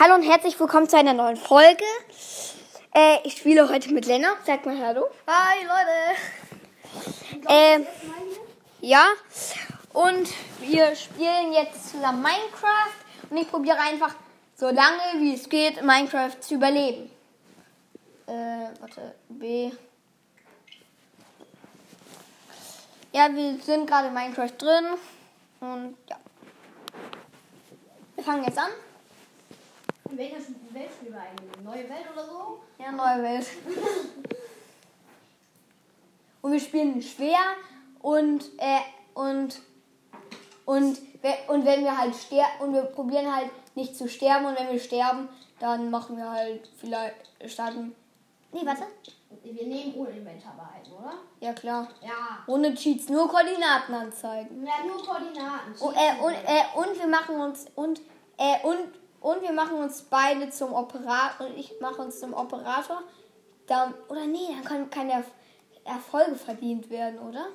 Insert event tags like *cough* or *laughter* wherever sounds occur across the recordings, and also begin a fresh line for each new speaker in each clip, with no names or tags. Hallo und herzlich willkommen zu einer neuen Folge. Äh, ich spiele heute mit Lena. Sag mal Hallo.
Hi Leute!
Ähm, ja, und wir spielen jetzt zusammen Minecraft und ich probiere einfach so lange wie es geht Minecraft zu überleben. Äh, warte, B. Ja, wir sind gerade in Minecraft drin und ja. Wir fangen jetzt an.
In welcher Sch- Welt spielen wir eigentlich? Neue Welt oder so?
Ja, neue Welt. und wir spielen schwer und äh, und und we- und wenn wir halt sterben und wir probieren halt nicht zu sterben und wenn wir sterben, dann machen wir halt vielleicht starten. Nee, warte.
Wir nehmen ohne Inventar behalten, oder?
Ja klar.
Ja.
Ohne Cheats, nur Koordinaten anzeigen.
Ja, nur Koordinaten.
Oh, äh, und, äh, und wir machen uns und äh, und und wir machen uns beide zum Operator und ich mache uns zum Operator. Dann, oder nee, dann kann keine Erf Erfolge verdient werden, oder?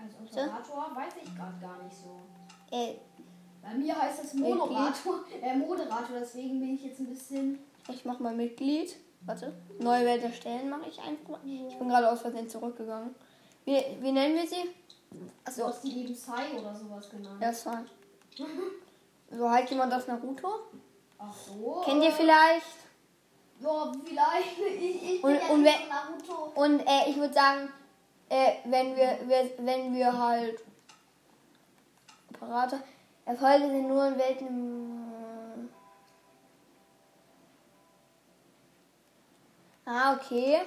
Als Operator weiß ich gerade gar nicht so.
Äh,
Bei mir heißt das Moderator, äh, Moderator, deswegen bin ich jetzt ein bisschen.
ich mach mal Mitglied. Warte. Neue Welt erstellen mache ich einfach. Ich bin gerade aus Versehen zurückgegangen. Wie, wie nennen wir sie?
Du
Achso,
hast die lieben Sai oder sowas genannt.
das war. So halt jemand aus Naruto.
*laughs* Ach so.
Kennt ihr vielleicht?
Ja, vielleicht. *laughs* Ich, ich bin
Und-
ja
und
nicht
wenn-
so Naruto.
Und äh, ich würde sagen, äh, wenn wir, wir, wenn wir halt Operator, Erfolge sind nur in äh, Welten. Ah, okay.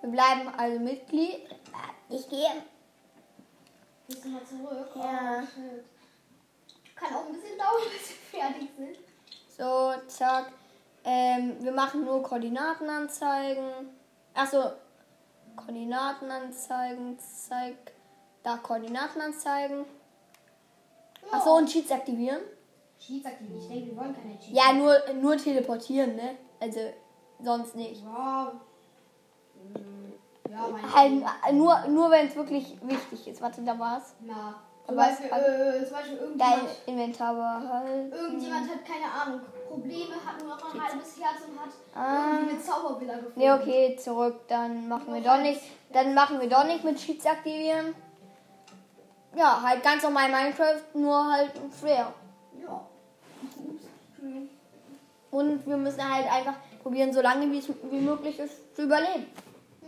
Wir bleiben also Mitglied. Ich gehe.
Bist du mal zurück?
Ja.
Oh, shit. Kann auch ein bisschen dauern, *laughs* bis wir fertig sind.
So, zack. Ähm, wir machen nur Koordinaten anzeigen. Achso, Koordinaten anzeigen, zeig. Da Koordinaten anzeigen. Achso, und Cheats aktivieren?
Cheats aktivieren. Ich denke, wir wollen keine Cheats.
Ja, nur, nur teleportieren, ne? Also, sonst nicht.
Ja. Mm, Ja, mein
Halt, nur, nur wenn es wirklich wichtig ist. Warte, da war's.
Na. Zum
Aber-
Beispiel, äh, zum Beispiel
Dein
irgendjemand,
Inventar war halt.
irgendjemand hat keine Ahnung, Probleme, hat nur noch ein halbes Herz und hat
Ah.
irgendwie eine Zauberbilder gefunden.
Ne, okay, zurück. Dann machen wir doch nicht. Dann machen wir doch nicht mit Cheats aktivieren. Ja, halt ganz normal Minecraft, nur halt schwer.
Ja.
Und wir müssen halt einfach probieren, so lange wie es wie möglich ist, zu überleben.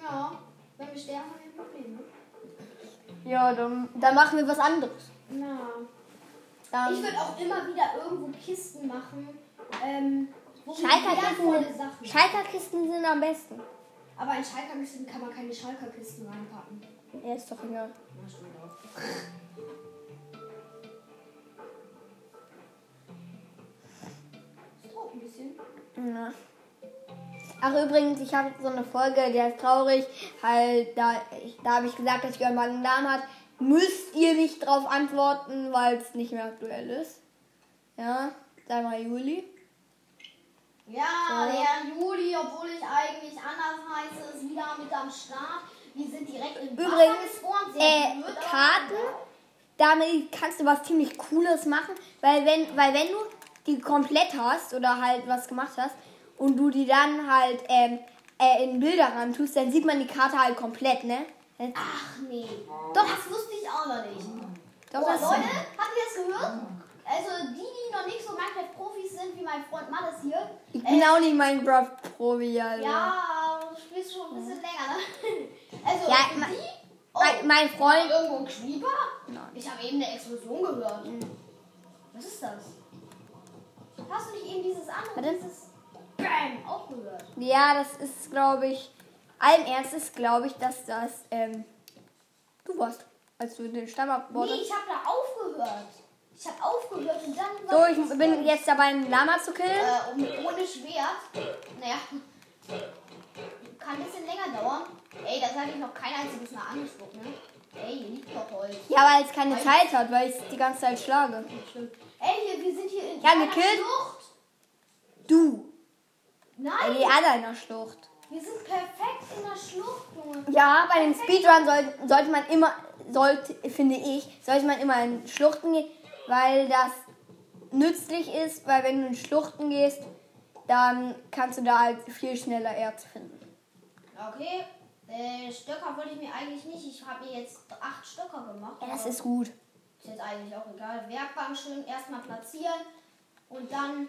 Ja. Wenn wir sterben, haben wir Probleme.
Ja, dann, dann machen wir was anderes.
Na.
Dann
Ich würde auch immer wieder irgendwo Kisten machen, ähm, wo wir wertvolle
Schalkerkisten,
Sachen.
Schalkerkisten sind am besten.
Aber in Schalkerkisten kann man keine Schalkerkisten reinpacken.
Ja, ist doch egal.
Na, stimmt auch. Ist auch ein bisschen.
Ja. Ach übrigens, ich habe so eine Folge, die heißt traurig. Halt, da, ich, da habe ich gesagt, dass Jörn mal einen Namen hat. Müsst ihr nicht drauf antworten, weil es nicht mehr aktuell ist. Ja, sag mal Juli.
Ja,
So.
der Juli, obwohl ich eigentlich anders heiße, ist wieder mit am Start. Wir sind direkt im Wasser
Übrigens,
gespawnt. Sehr
äh,
blöd, aber-
Karten, damit kannst du was ziemlich Cooles machen, weil wenn, weil wenn du die komplett hast oder halt was gemacht hast und du die dann halt ähm, äh, in Bilder ran tust, dann sieht man die Karte halt komplett, ne?
Ach nee.
Doch.
Das wusste ich auch noch nicht.
Doch,
oh,
das
Leute, habt ihr das gehört? Also die, die noch nicht so Minecraft-Profis sind, wie mein Freund Mattes hier.
Ich bin auch nicht Minecraft-Profi, Alter.
Ja, du spielst schon ein bisschen länger. Ne? *laughs* Also
Ja,
für
ma-
die... Oh.
Mein, mein Freund.
Irgendwo ein Creeper?
Nein. Mhm.
Ich habe eben eine Explosion gehört. Was ist das? Hast du nicht eben dieses andere,
Warte.
dieses Bam auch gehört?
Ja, das ist, glaube ich. Allen Ernstes glaube ich, dass das ähm, du warst, als du den Stamm
Nee,
abbautest.
ich habe da aufgehört. Ich habe aufgehört und dann...
So, ich bin jetzt dabei, einen Lama zu killen.
Äh, und ohne Schwert. Naja. Kann ein bisschen länger dauern. Ey, das habe ich noch kein einziges Mal angesprochen, ne? Ey, hier liegt noch Holz.
Ja, weil es keine Zeit hat, weil ich die ganze Zeit schlage.
Ey, hier, wir sind hier in
Ja,
einer
gekillt.
Schlucht.
Du.
Nein,
Die alle in der Schlucht.
wir sind perfekt in der Schlucht, Junge.
Ja, bei dem Speedrun soll, sollte man immer, sollte, finde ich, sollte man immer in Schluchten gehen, weil das nützlich ist, weil wenn du in Schluchten gehst, dann kannst du da halt viel schneller Erz finden.
Okay. Äh, Stöcker wollte ich mir eigentlich nicht. Ich habe mir jetzt acht Stöcker gemacht.
Ja, das
aber
ist gut.
ist jetzt eigentlich auch egal. Werkbank schön erstmal platzieren und dann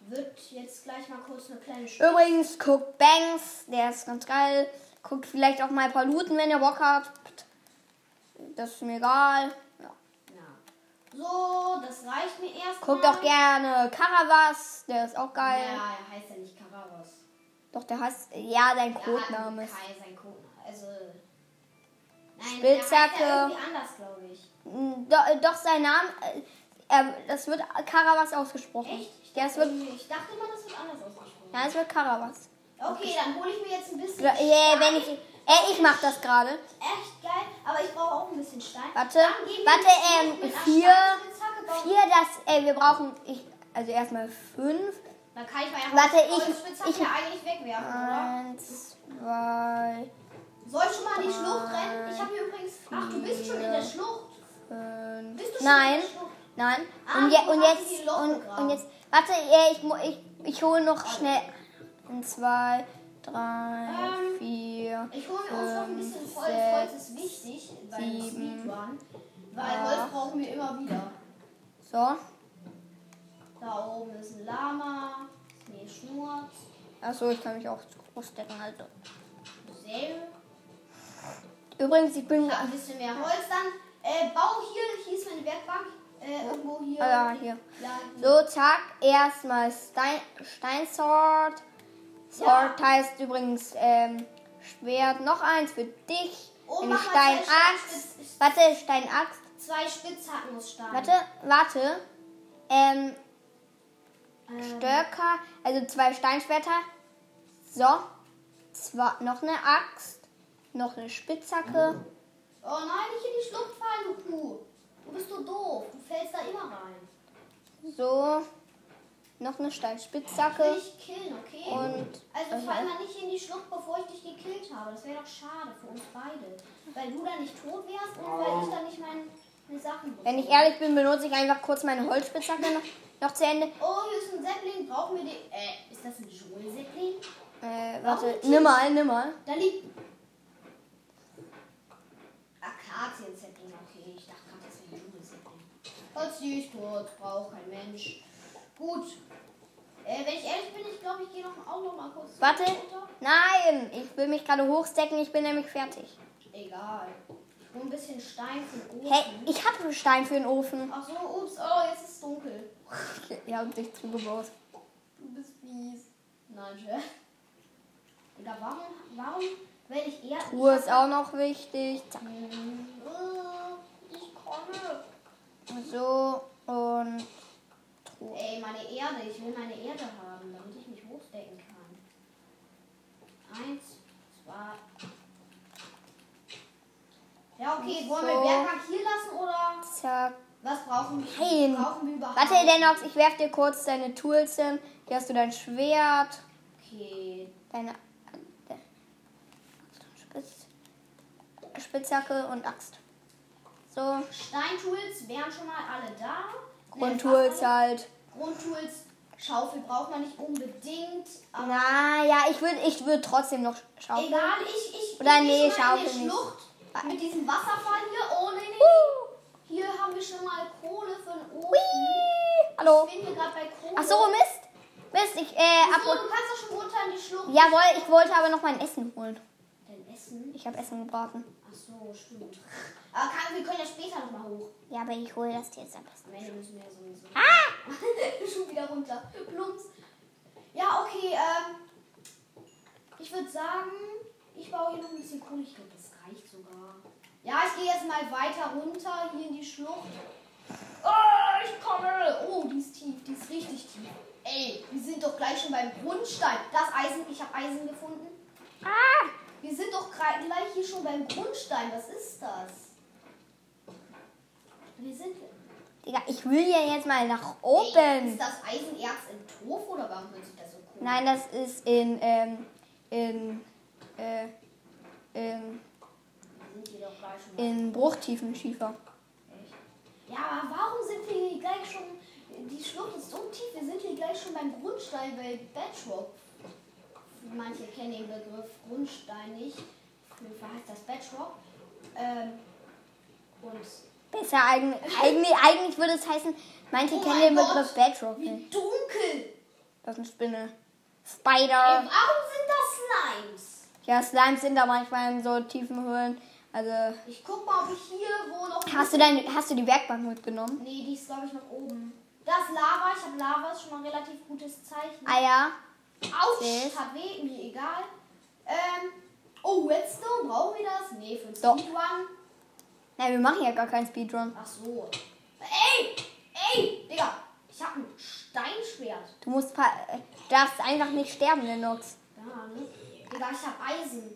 wird jetzt gleich mal kurz eine kleine Stunde.
Übrigens, guckt Banks, der ist ganz geil. Guckt vielleicht auch mal ein paar Looten, wenn ihr Bock habt. Das ist mir egal. Ja.
Ja. So, das reicht mir erst.
Guckt auch gerne Caravas, der ist auch
Ja,
geil.
er heißt ja nicht Karawas.
Doch, der heißt, ja, dein
Er hat einen
Codename ist.
Kai, sein Codename. Also. Nein,
Spitzhacke.
Der heißt ja irgendwie anders, glaube ich.
Mm, Doch, äh, doch sein Name, äh, er, das wird Caravas ausgesprochen.
Echt? Ich
Ja, es
dachte-
wird,
ich dachte immer, das wird anders ausgesprochen.
ja, es wird Caravas.
Okay, dann hole ich mir jetzt ein bisschen.
Ja, yeah, wenn ich,
Stein.
äh, ich mach das gerade.
Echt geil, aber ich brauche auch ein bisschen Stein.
Warte,
Dann gehen wir
warte,
jetzt
ähm,
mit einer
vier-
Steinspitzhacke bauen.
Vier, das, äh, wir brauchen, ich, also erstmal fünf.
Dann kann ich meine
Warte, ich-
Holzspitzhacke
ich- Ah.
ja eigentlich wegwerfen, oder?
Eins, zwei,
Soll ich schon mal in die
Ah.
Schlucht rennen? Ich habe hier übrigens. Ach, du bist schon in der Schlucht. Bist du
fünf.
schon
Nein,
in der Schlucht?
nein.
Ah,
Und, je,
du
und
hast
jetzt,
die Loch
und,
begraben.
und jetzt, warte, äh, ich, mu- ich, ich hole noch schnell. Eins, zwei, drei,
Ähm,
vier.
Ich hole mir uns noch ein bisschen
Fünf,
Holz. Holz
Ähm, sechs,
ist wichtig beim
sieben,
Speedrun. Weil
acht.
Holz brauchen wir immer wieder.
So,
Da oben ist ein Lama. Nee, Schnur.
achso, ich kann mich auch zu groß stecken, also.
Säbel.
Übrigens, ich bin.
Ja, ein bisschen mehr Holz dann. Äh, bau hier, hier ist meine Werkbank. Äh, irgendwo hier.
Ah, ja, hier.
Ja,
So, zack, erstmal Stein, Steinsword. Sword heißt übrigens ähm, Schwert. Noch eins für dich.
Oh,
Eine
mach mal zwei
Steinaxt.
Stein-
Warte, Steinaxt.
Zwei Spitzhacken muss starten.
Warte, warte. Ähm,
Ähm,
Stöcker, also zwei Steinschwerter. So. Zwar noch eine Axt. Noch eine Spitzhacke.
oh nein, nicht in die Schlucht fallen, du Kuh. Du bist so doof. Du fällst da immer rein.
So. Noch eine
Will
Steinspitzhacke.
ich killen, okay?
Und.
also
okay.
fall mal nicht in die Schlucht, bevor ich dich gekillt habe. Das wäre doch schade für uns beide. Weil du dann nicht tot wärst und weil ich dann nicht meine, meine Sachen bekomme.
Wenn ich ehrlich bin, benutze ich einfach kurz meine Holzspitzhacke noch, noch zu Ende.
Oh, hier ist ein Seppling. Brauchen wir den... Äh, ist das ein Joel-Seppling?
Äh,
Warum
warte,
nicht?
nimm mal, nimm mal.
Da liegt. Akazienzettel, okay. Ich dachte gerade, das wäre Jubelzettel. Verzieh ich kurz, braucht kein Mensch. Gut. Äh, wenn ich ehrlich bin, ich glaube, ich gehe noch auch noch mal kurz.
Warte.
runter.
Nein, ich will mich gerade hochstecken, ich bin nämlich fertig.
Egal. Ich hol ein bisschen Stein für den Ofen.
Hey, ich habe einen Stein für den Ofen.
Ach so, ups, oh, jetzt ist dunkel.
Ihr habt dich zugebaut.
Du bist fies. Nein, schön. Digga, warum, warum, wenn ich eher.
Ruhe ist auch noch wichtig. Zack.
Hm, äh, Ich komme.
So und
Ey, meine Erde. Ich will meine Erde haben, damit ich mich hochstecken kann. Eins, zwei. Ja, okay. Wollen wir
So.
Bergmark hier lassen oder
zack.
was brauchen wir?
Nein.
Brauchen wir überhaupt?
Warte, Lennox, ich werf dir kurz deine Tools hin. Hier hast du dein Schwert,
Okay.
deine äh, Spitz, Spitzhacke und Axt. So,
Steintools wären schon mal alle da.
Äh, Grundtools
ja.
halt.
Grundtools. Schaufel braucht man nicht unbedingt. Aber
Naja, ich würde ich würd trotzdem noch schauen.
egal, ich, ich,
Oder
ich
nee,
geh mal in
Schaufel
die
nicht.
Schlucht mit diesem Wasserfall hier. Oh, nee, nee, nee. Hier haben wir schon mal Kohle für den Ofen.
Hallo.
Ich bin hier gerade bei Kohle.
Ach so, um Mist. Mist, ich, äh,
Ach so,
ab
du kannst doch schon runter in die Schlucht.
Jawohl, ich wollte aber noch mein Essen holen.
Dein Essen?
Ich habe Essen gebraten.
Ach so, stimmt. Aber kann, wir können ja später nochmal hoch.
Ja, aber ich hole das jetzt am besten.
Am Ende müssen wir ja sowieso. Ah! *laughs* schon wieder runter. Plumps. Ja, okay, ähm. Ich würde sagen, ich baue hier noch ein bisschen Kohle. Ich glaube, das reicht sogar. Ja, ich gehe jetzt mal weiter runter hier in die Schlucht. Oh, ich komme. Oh, die ist tief. Die ist richtig tief. Ey, wir sind doch gleich schon beim Grundstein. Das Eisen, ich habe Eisen gefunden.
Ah!
Wir sind doch gra- gleich hier schon beim Grundstein. Was ist das? Wir sind.
Digga, ich will ja jetzt mal nach
Ey,
oben.
ist das Eisenerz im Torf oder warum hört sich das so komisch?
Nein, das ist in, ähm, in, äh, ähm, in,
Wir sind hier doch gleich schon.
in Bruchtiefen Schiefer.
Echt? Ja, aber warum sind wir hier gleich schon die Schlucht ist so tief, wir sind hier gleich schon beim Grundstein bei Bedrock. Manche kennen den Begriff Grundstein nicht. Auf jeden Fall heißt das Bedrock. Ähm, und
Besser eigentlich. Eigentlich, eigentlich würde es heißen, manche
Oh
kennen den
mein
Begriff
Gott.
Bedrock
wie
nicht.
dunkel!
Das ist eine Spinne.
Ey,
Spider.
warum sind das Slimes?
Ja, Slimes sind da manchmal in so tiefen Höhlen. Also.
Ich guck mal, ob ich hier wo noch.
Hast du, dein, hast du die Werkbank mitgenommen?
Nee, die ist glaube ich noch oben. Das Lava, ich habe Lava, ist schon mal ein relativ gutes Zeichen.
Ah ja.
Autsch,
Yes.
hat weh, mir egal. Ähm, oh, Redstone, brauchen wir das? Nee, für den
Doch.
Speedrun.
Nein, wir machen ja gar keinen Speedrun.
Ach so. Ey, ey, Digga, ich hab ein Steinschwert.
Du musst pa äh, darfst einfach nicht sterben, Lennox.
Ja, ne? Digga, ich hab Eisen.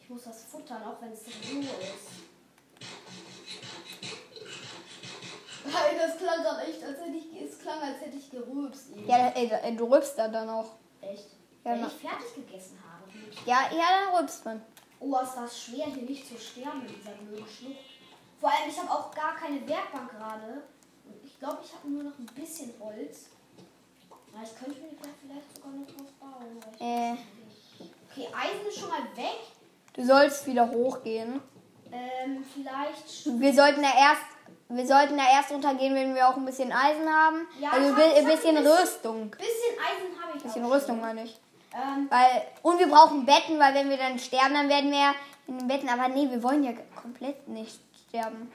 Ich muss das futtern, auch wenn es Ruhe ist. Ey, das klang gerade echt, als hätte ich, es klang, als hätte ich gerülpst. eben.
Ja, äh, äh, du rülpst da dann auch.
Echt?
Ja,
Wenn
na-
ich fertig gegessen habe.
Ja, ja, dann rülpst man.
Oh, ist das schwer, hier nicht zu sterben in dieser blöden Schlucht. Vor allem, ich habe auch gar keine Werkbank gerade. Und Ich glaube, ich habe nur noch ein bisschen Holz. Na, ich könnte mir die vielleicht sogar noch was bauen. aber ich
Äh,
weiß nicht. Okay, Eisen ist schon mal weg.
du sollst wieder hochgehen.
Ähm, vielleicht. sch-
Wir sollten da erst, wir sollten da erst runtergehen, wenn wir auch ein bisschen Eisen haben.
Ja,
also
ich
bi-
hab- ich
ein
hab ein
bisschen
bisschen-
Rüstung.
Bisschen Eisen habe ich.
Ein bisschen
auch schon.
Rüstung meine ich.
Ähm,
Weil, und wir brauchen Betten, weil wenn wir dann sterben, dann werden wir ja in den Betten. Aber nee, wir wollen ja komplett nicht sterben.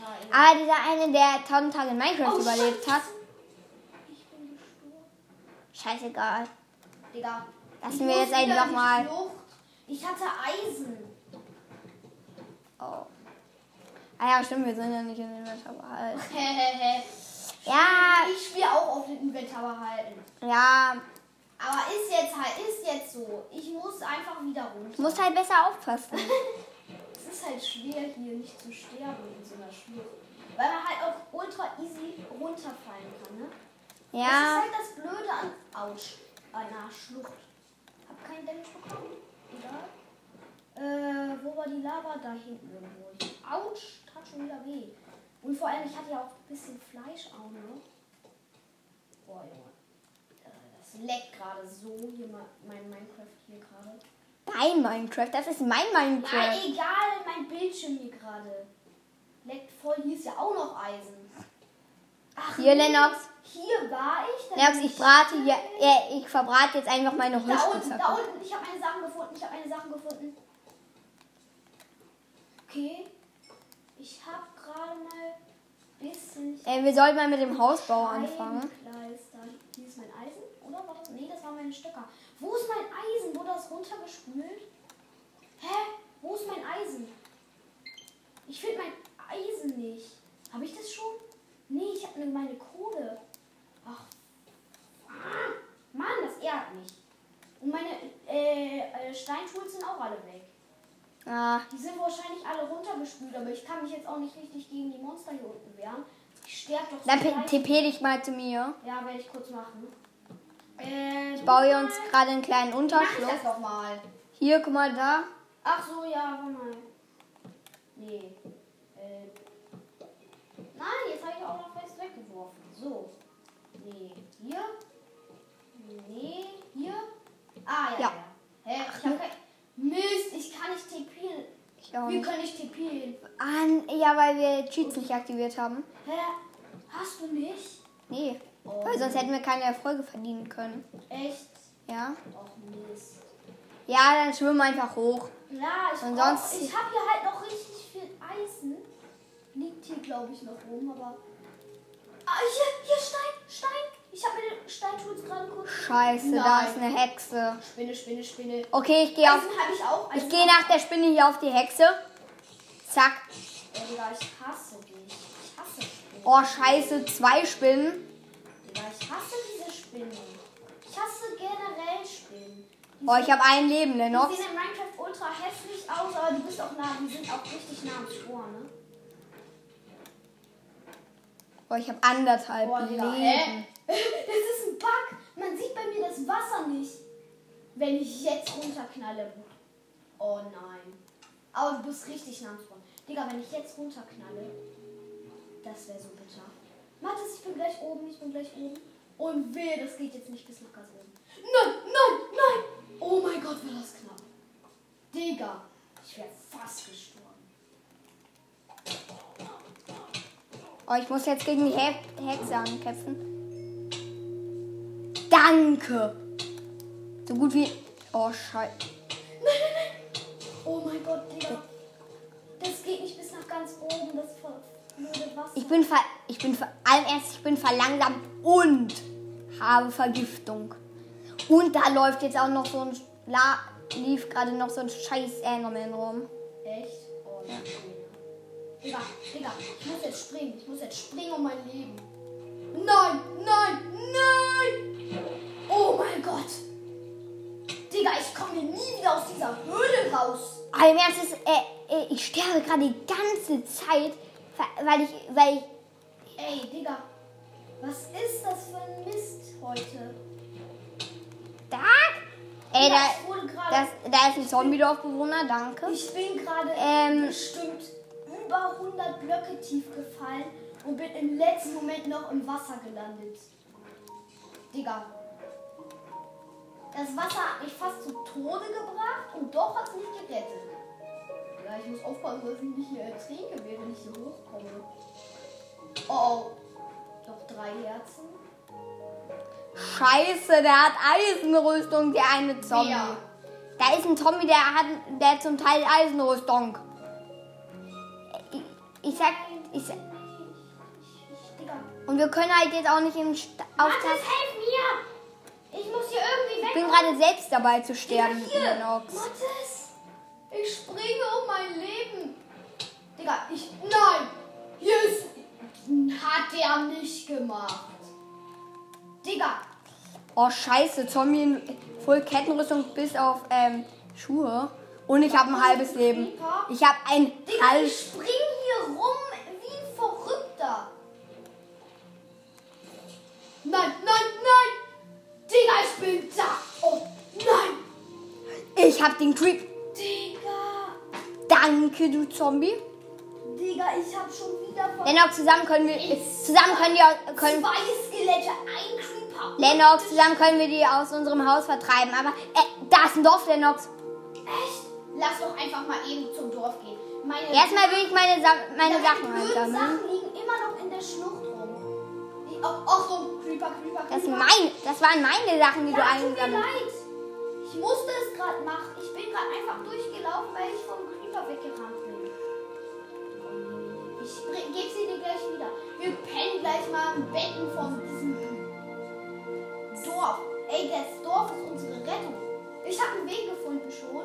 ja, eben.
Aber Ah, dieser eine, der 1000 Tage in Minecraft
Oh,
überlebt
Scheiße.
hat,
Ich bin gestorben.
scheißegal.
Digga.
Ah, Lassen
ich
wir
muss
jetzt einen
wieder in die
nochmal.
Schlucht. Ich hatte
*laughs*
Eisen.
Oh. Ah ja, stimmt, wir sind ja nicht in den Wetter halt. Ja,
ich spiele auch auf den Inventar behalten.
ja,
Aber ist jetzt halt, ist jetzt so. Ich muss einfach wieder runter.
muss halt besser aufpassen.
Es ist halt schwer hier nicht zu sterben in so einer Schlucht. Weil man halt auch ultra easy runterfallen kann, ne?
Ja,
Das ist halt das Blöde an Autsch, einer Schlucht. Hab keinen Damage bekommen. Egal. Äh, wo war die Lava? Da hinten irgendwo. Ich- Autsch, tat schon wieder weh. Und vor allem, ich hatte ja auch ein bisschen Fleisch auch noch. Boah, Junge. Äh, Das leckt gerade so, hier ma- mein Minecraft hier gerade.
dein Minecraft, das ist mein
Ja,
Minecraft.
egal, mein Bildschirm hier gerade. Leckt voll, hier ist ja auch noch Eisen. Ach,
Hier,
nee,
Lennox.
Hier war ich. dann
Nervs,
bin
ich brate hier, ja, ich verbrate jetzt einfach meine
Da unten, da
Rüstungssache.
unten, ich habe eine Sache gefunden, ich habe eine Sache gefunden. Okay. Ich habe gerade mal ein bisschen
Äh, wir sollten mal mit dem Hausbau anfangen.
Kleister. Hier ist mein Eisen, oder? War das? Nee, das war mein Stöcker. Wo ist mein Eisen? Wurde das runtergespült? Hä? Wo ist mein Eisen? Ich finde mein Eisen nicht. Habe ich das schon? Nee, ich habe nur meine Kohle. Ach. Ah, Mann, das ehrt mich. Und meine äh, äh, Steintools sind auch alle weg.
Ah,
Die sind wahrscheinlich alle runtergespült, aber ich kann mich jetzt auch nicht richtig gegen die Monster hier unten wehren. Ich sterbe doch
dann
gleich.
p- TP dich mal zu mir.
Ja, werde ich kurz machen. Äh,
Ich baue hier uns gerade einen kleinen
Mach ich das
Unterschlupf.
doch mal.
Hier, guck mal da.
Ach so, ja, warte mal. Nee. Äh. Nein, jetzt habe ich auch noch was weggeworfen. So. Nee. Hier. Nee. Hier. Ah,
Ja.
ja. ja. Hä? Ich hab kein... Mist, ich kann nicht TPen.
Ich auch
Wie
nicht.
kann ich TPen?
Ah, ja, weil wir Cheats nicht aktiviert haben.
Hä? Hast du nicht?
Nee,
Oh,
weil sonst hätten wir keine Erfolge verdienen können.
Echt?
Ja.
Och, Mist.
Ja, dann schwimmen einfach hoch.
Ja, ich,
Und
brauch-
sonst-
ich habe hier halt noch richtig viel Eisen. Liegt hier, glaube ich, noch rum, aber. Ah, hier, hier, Stein, Stein. Ich habe mir den Steintools gerade kurz.
Scheiße, da
Nein. Also,
ist eine Hexe.
Spinne, Spinne, Spinne.
Okay, ich gehe auf.
Eisen habe ich auch.
Ich
Eisen
gehe nach der Spinne hier auf die Hexe. Zack.
Ey, Digga, ich hasse dich. Ich hasse Spinnen.
Oh, scheiße, zwei Spinnen.
Digga, ich hasse diese Spinnen. Ich hasse generell Spinnen. Die
Oh, ich habe ein Leben,
Die
Lennox.
sehen in Minecraft ultra hässlich aus, aber du bist auch nah, die sind auch richtig nah am Spor, ne?
Oh, ich habe anderthalb
Boah, Digga, hä? *laughs*
Leben.
Das ist ein Bug. Man sieht bei mir das Wasser nicht, wenn ich jetzt runterknalle. Oh nein. Aber du bist richtig nah am Spawn. Digga, wenn ich jetzt runterknalle, das wäre so bitter. Mathis, ich bin gleich oben, ich bin gleich oben. Und weh, das geht jetzt nicht bis nach ganz oben. Nein, nein, nein! Oh mein Gott, war das knapp. Digga, ich wäre fast gestorben.
Oh, ich muss jetzt gegen die He Hexe ankämpfen. Danke. So gut wie... Oh, scheiße.
Nein, nein, nein! Oh mein Gott, Digga. Das geht nicht bis nach ganz oben, das blöde Wasser.
Ich bin ver... Ich bin ver... Allererst, ich bin verlangsamt und habe Vergiftung. Und da läuft jetzt auch noch so ein... La lief gerade noch so ein scheiß Enderman rum.
Echt? Oh, ja. Digga, Digga, ich muss jetzt springen. Ich muss jetzt springen um mein Leben. Nein, nein, nein! Oh mein Gott! Digga, ich komme hier nie wieder aus dieser Höhle raus.
Allererst ist... Äh, äh, ich sterbe gerade die ganze Zeit, ver- weil ich... Weil ich
Ey, Digga, was ist das für ein Mist heute?
Da? Ey, da,
ich wurde
das,
gerade.
da ist ein Zombie-Dorfbewohner, danke.
Ich bin gerade
Ähm.
bestimmt über 100 Blöcke tief gefallen und bin im letzten Moment noch im Wasser gelandet. Digga. Das Wasser hat mich fast zu Tode gebracht und doch hat es mich gerettet. Ja, ich muss aufpassen, dass ich nicht hier ertrinke, während ich hier hochkomme. Oh, oh. Noch drei Herzen.
Scheiße, der hat Eisenrüstung, der eine Zombie.
Ja.
Da ist ein Zombie, der hat, der hat zum Teil Eisenrüstung. Ich, ich sag, ich sag,
Digga.
und wir können halt jetzt auch nicht in St- auf
Mathis,
das.
helf mir! Ich muss hier irgendwie
Ich
weg.
bin gerade selbst dabei zu sterben.
hier.
Inox.
Mathis, ich springe um mein Leben. Digga, ich... Nein! Hier ist... Hat der nicht gemacht. Digga,
Oh Scheiße, Zombie in voll Kettenrüstung bis auf ähm, Schuhe. Und ich habe ein halbes Leben. Ich habe ein
Digga,
halbes.
ich spring hier rum wie ein Verrückter. Nein, nein, nein! Digga, ich bin da! Oh, nein!
Ich habe den Creep.
Digga!
Danke, du Zombie.
Digga, ich hab schon wieder ver-
Lennox, zusammen können wir. Zusammen können wir. Können,
zwei Skelette, ein Creeper.
Lennox, zusammen können wir die aus unserem Haus vertreiben. Aber äh, da ist ein Dorf, Lennox.
Echt? Lass doch einfach mal eben zum Dorf gehen. Meine,
Erstmal will ich meine, Sa meine
meine
Sachen
blöden
einsammeln.
Sachen liegen immer noch in der Schlucht rum. Die- Auch, auch so Creeper, Creeper, Creeper.
Das, sind meine, das waren meine Sachen, die du
ja, tut mir
eingesammelt hast.
leid. Ich musste es gerade machen. Ich bin gerade einfach durchgelaufen, weil ich vom Creeper weggerannt bin. Ich bring- geb sie dir gleich wieder. Wir pennen gleich mal im Becken von diesem Dorf. Ey, das Dorf ist unsere Rettung. Ich habe einen Weg gefunden schon.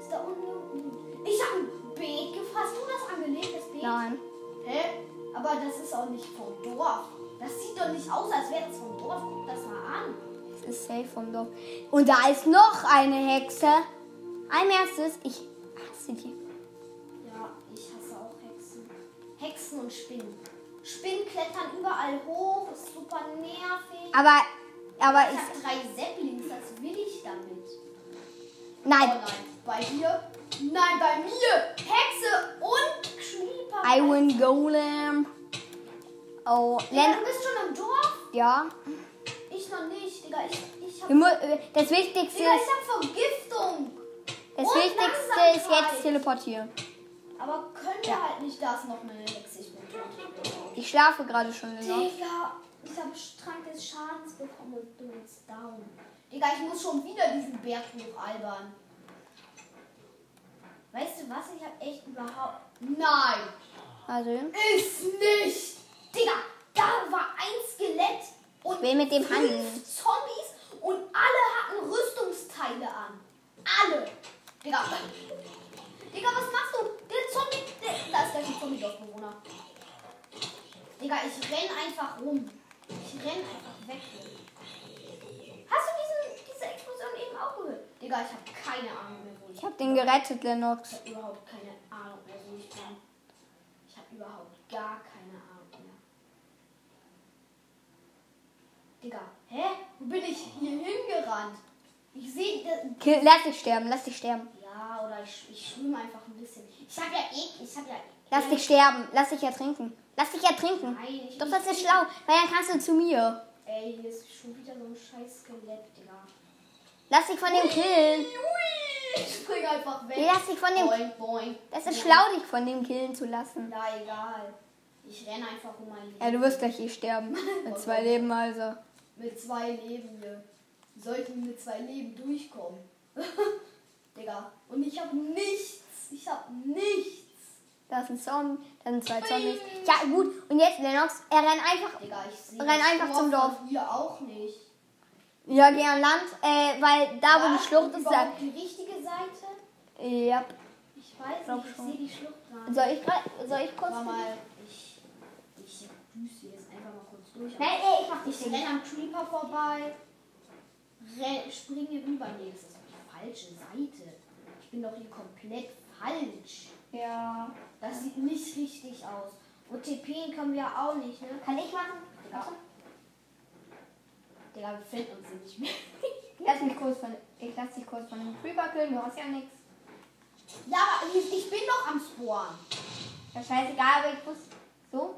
Ist da unten irgendwo- Ich habe ein Beet gefasst. Hast du das angelegt, das Beet?
Nein.
Hä? Aber das ist auch nicht vom Dorf. Das sieht doch nicht aus, als wäre das vom Dorf. Guck das mal an.
Das ist safe vom Dorf. Und da ist noch eine Hexe. Ein erstes, ich hasse die.
Ja, ich hasse auch Hexen. Hexen und Spinnen. Spinnen klettern überall hoch, ist super nervig.
Aber, aber
Ich
ich.
habe drei Saplings, das will ich damit. Oh
Nein.
nein, bei dir? Nein, bei mir! Hexe und Creeper.
Iron Golem. Oh,
Digga, du
Len
bist schon im Dorf?
ja.
Ich noch nicht, Digga. Ich, ich hab,
Wir mu- äh, Das Wichtigste
Digga,
ist,
ich hab Vergiftung.
das
Und
Wichtigste ist
Langsamkeit.
jetzt teleportieren.
Aber können wir halt nicht, da ist noch eine Hexe. Ich bin tot.
Ich schlafe gerade schon wieder.
Digga, ich habe Trank des Schadens bekommen und bin jetzt down. Digga, ich muss schon wieder diesen Berg hochalbern. Weißt du was? Ich habe echt überhaupt. Nein!
Also,
Ist nicht! Digga, da war ein Skelett und
will mit dem
fünf
handeln.
Zombies und alle hatten Rüstungsteile an. Alle! Digga. Digga, was machst du? Der Zombie. Der, da ist gleich ein Zombie-Dorfbewohner. Digga, ich renn einfach rum. Ich renn einfach weg. Hast du diesen, diese Explosion eben auch gehört? Digga, ich habe keine Ahnung mehr, wo ich
ich habe den gerettet, Lennox.
ich habe überhaupt keine Ahnung mehr, wo ich bin. Ich habe überhaupt gar keine Ahnung mehr. Digga, hä? Wo bin ich hier hingerannt? Ich sehe das.
Kill, lass dich sterben, lass dich sterben.
Ja, oder ich, ich schwimme einfach ein bisschen. Ich habe ja eh. Ich habe ja.
Lass dich sterben, lass dich ertrinken. Lass dich ertrinken.
Nein, ich
Doch, das ist schlau, weil dann kannst du zu mir.
Ey, hier ist schon wieder so ein scheiß Skelett, Digga.
Lass dich von dem killen.
Ui, ich spring einfach weg.
Nee, lass dich von dem.
Boing, boing.
Das ist schlau, dich von dem killen zu lassen.
Na, egal. Ich renne einfach um mein Leben.
Ja, du wirst gleich eh sterben. Mit zwei Leben also.
Mit zwei Leben, wir sollten mit zwei Leben durchkommen. *laughs* Digga, und ich hab nichts. Ich hab nichts.
Da ist ein Zombie, da sind zwei Zombies. Ja, gut. Und jetzt, Lennox, er rennt einfach.
Digga, ich sehe
Renn einfach zum Dorf.
Hier auch nicht.
Ja, geh an Land, äh, weil da, wo
Ja,
die Schlucht ist, da.
überhaupt Die richtige Seite?
Ja.
Ich weiß
Glaub
nicht, ich
schon.
sehe die Schlucht gar nicht.
Soll ich, gra- soll ich kurz.
Warte mal, ich, ich düse jetzt einfach mal kurz durch.
Nein, ey, ich mach dich
Ich renne am Creeper vorbei, re- springe rüber. Nee, das ist die falsche Seite. Ich bin doch hier komplett falsch.
Ja.
Das sieht nicht richtig aus. OTP können wir auch nicht, ne?
Kann ich machen?
Ja. Digga, wir finden uns nicht mehr. *laughs*
Lass mich kurz von, ich lass dich kurz von dem Creeper killen, du hast ja nichts.
ja, aber ich, ich bin doch am Spawn.
Ja, scheißegal, aber ich muss. So?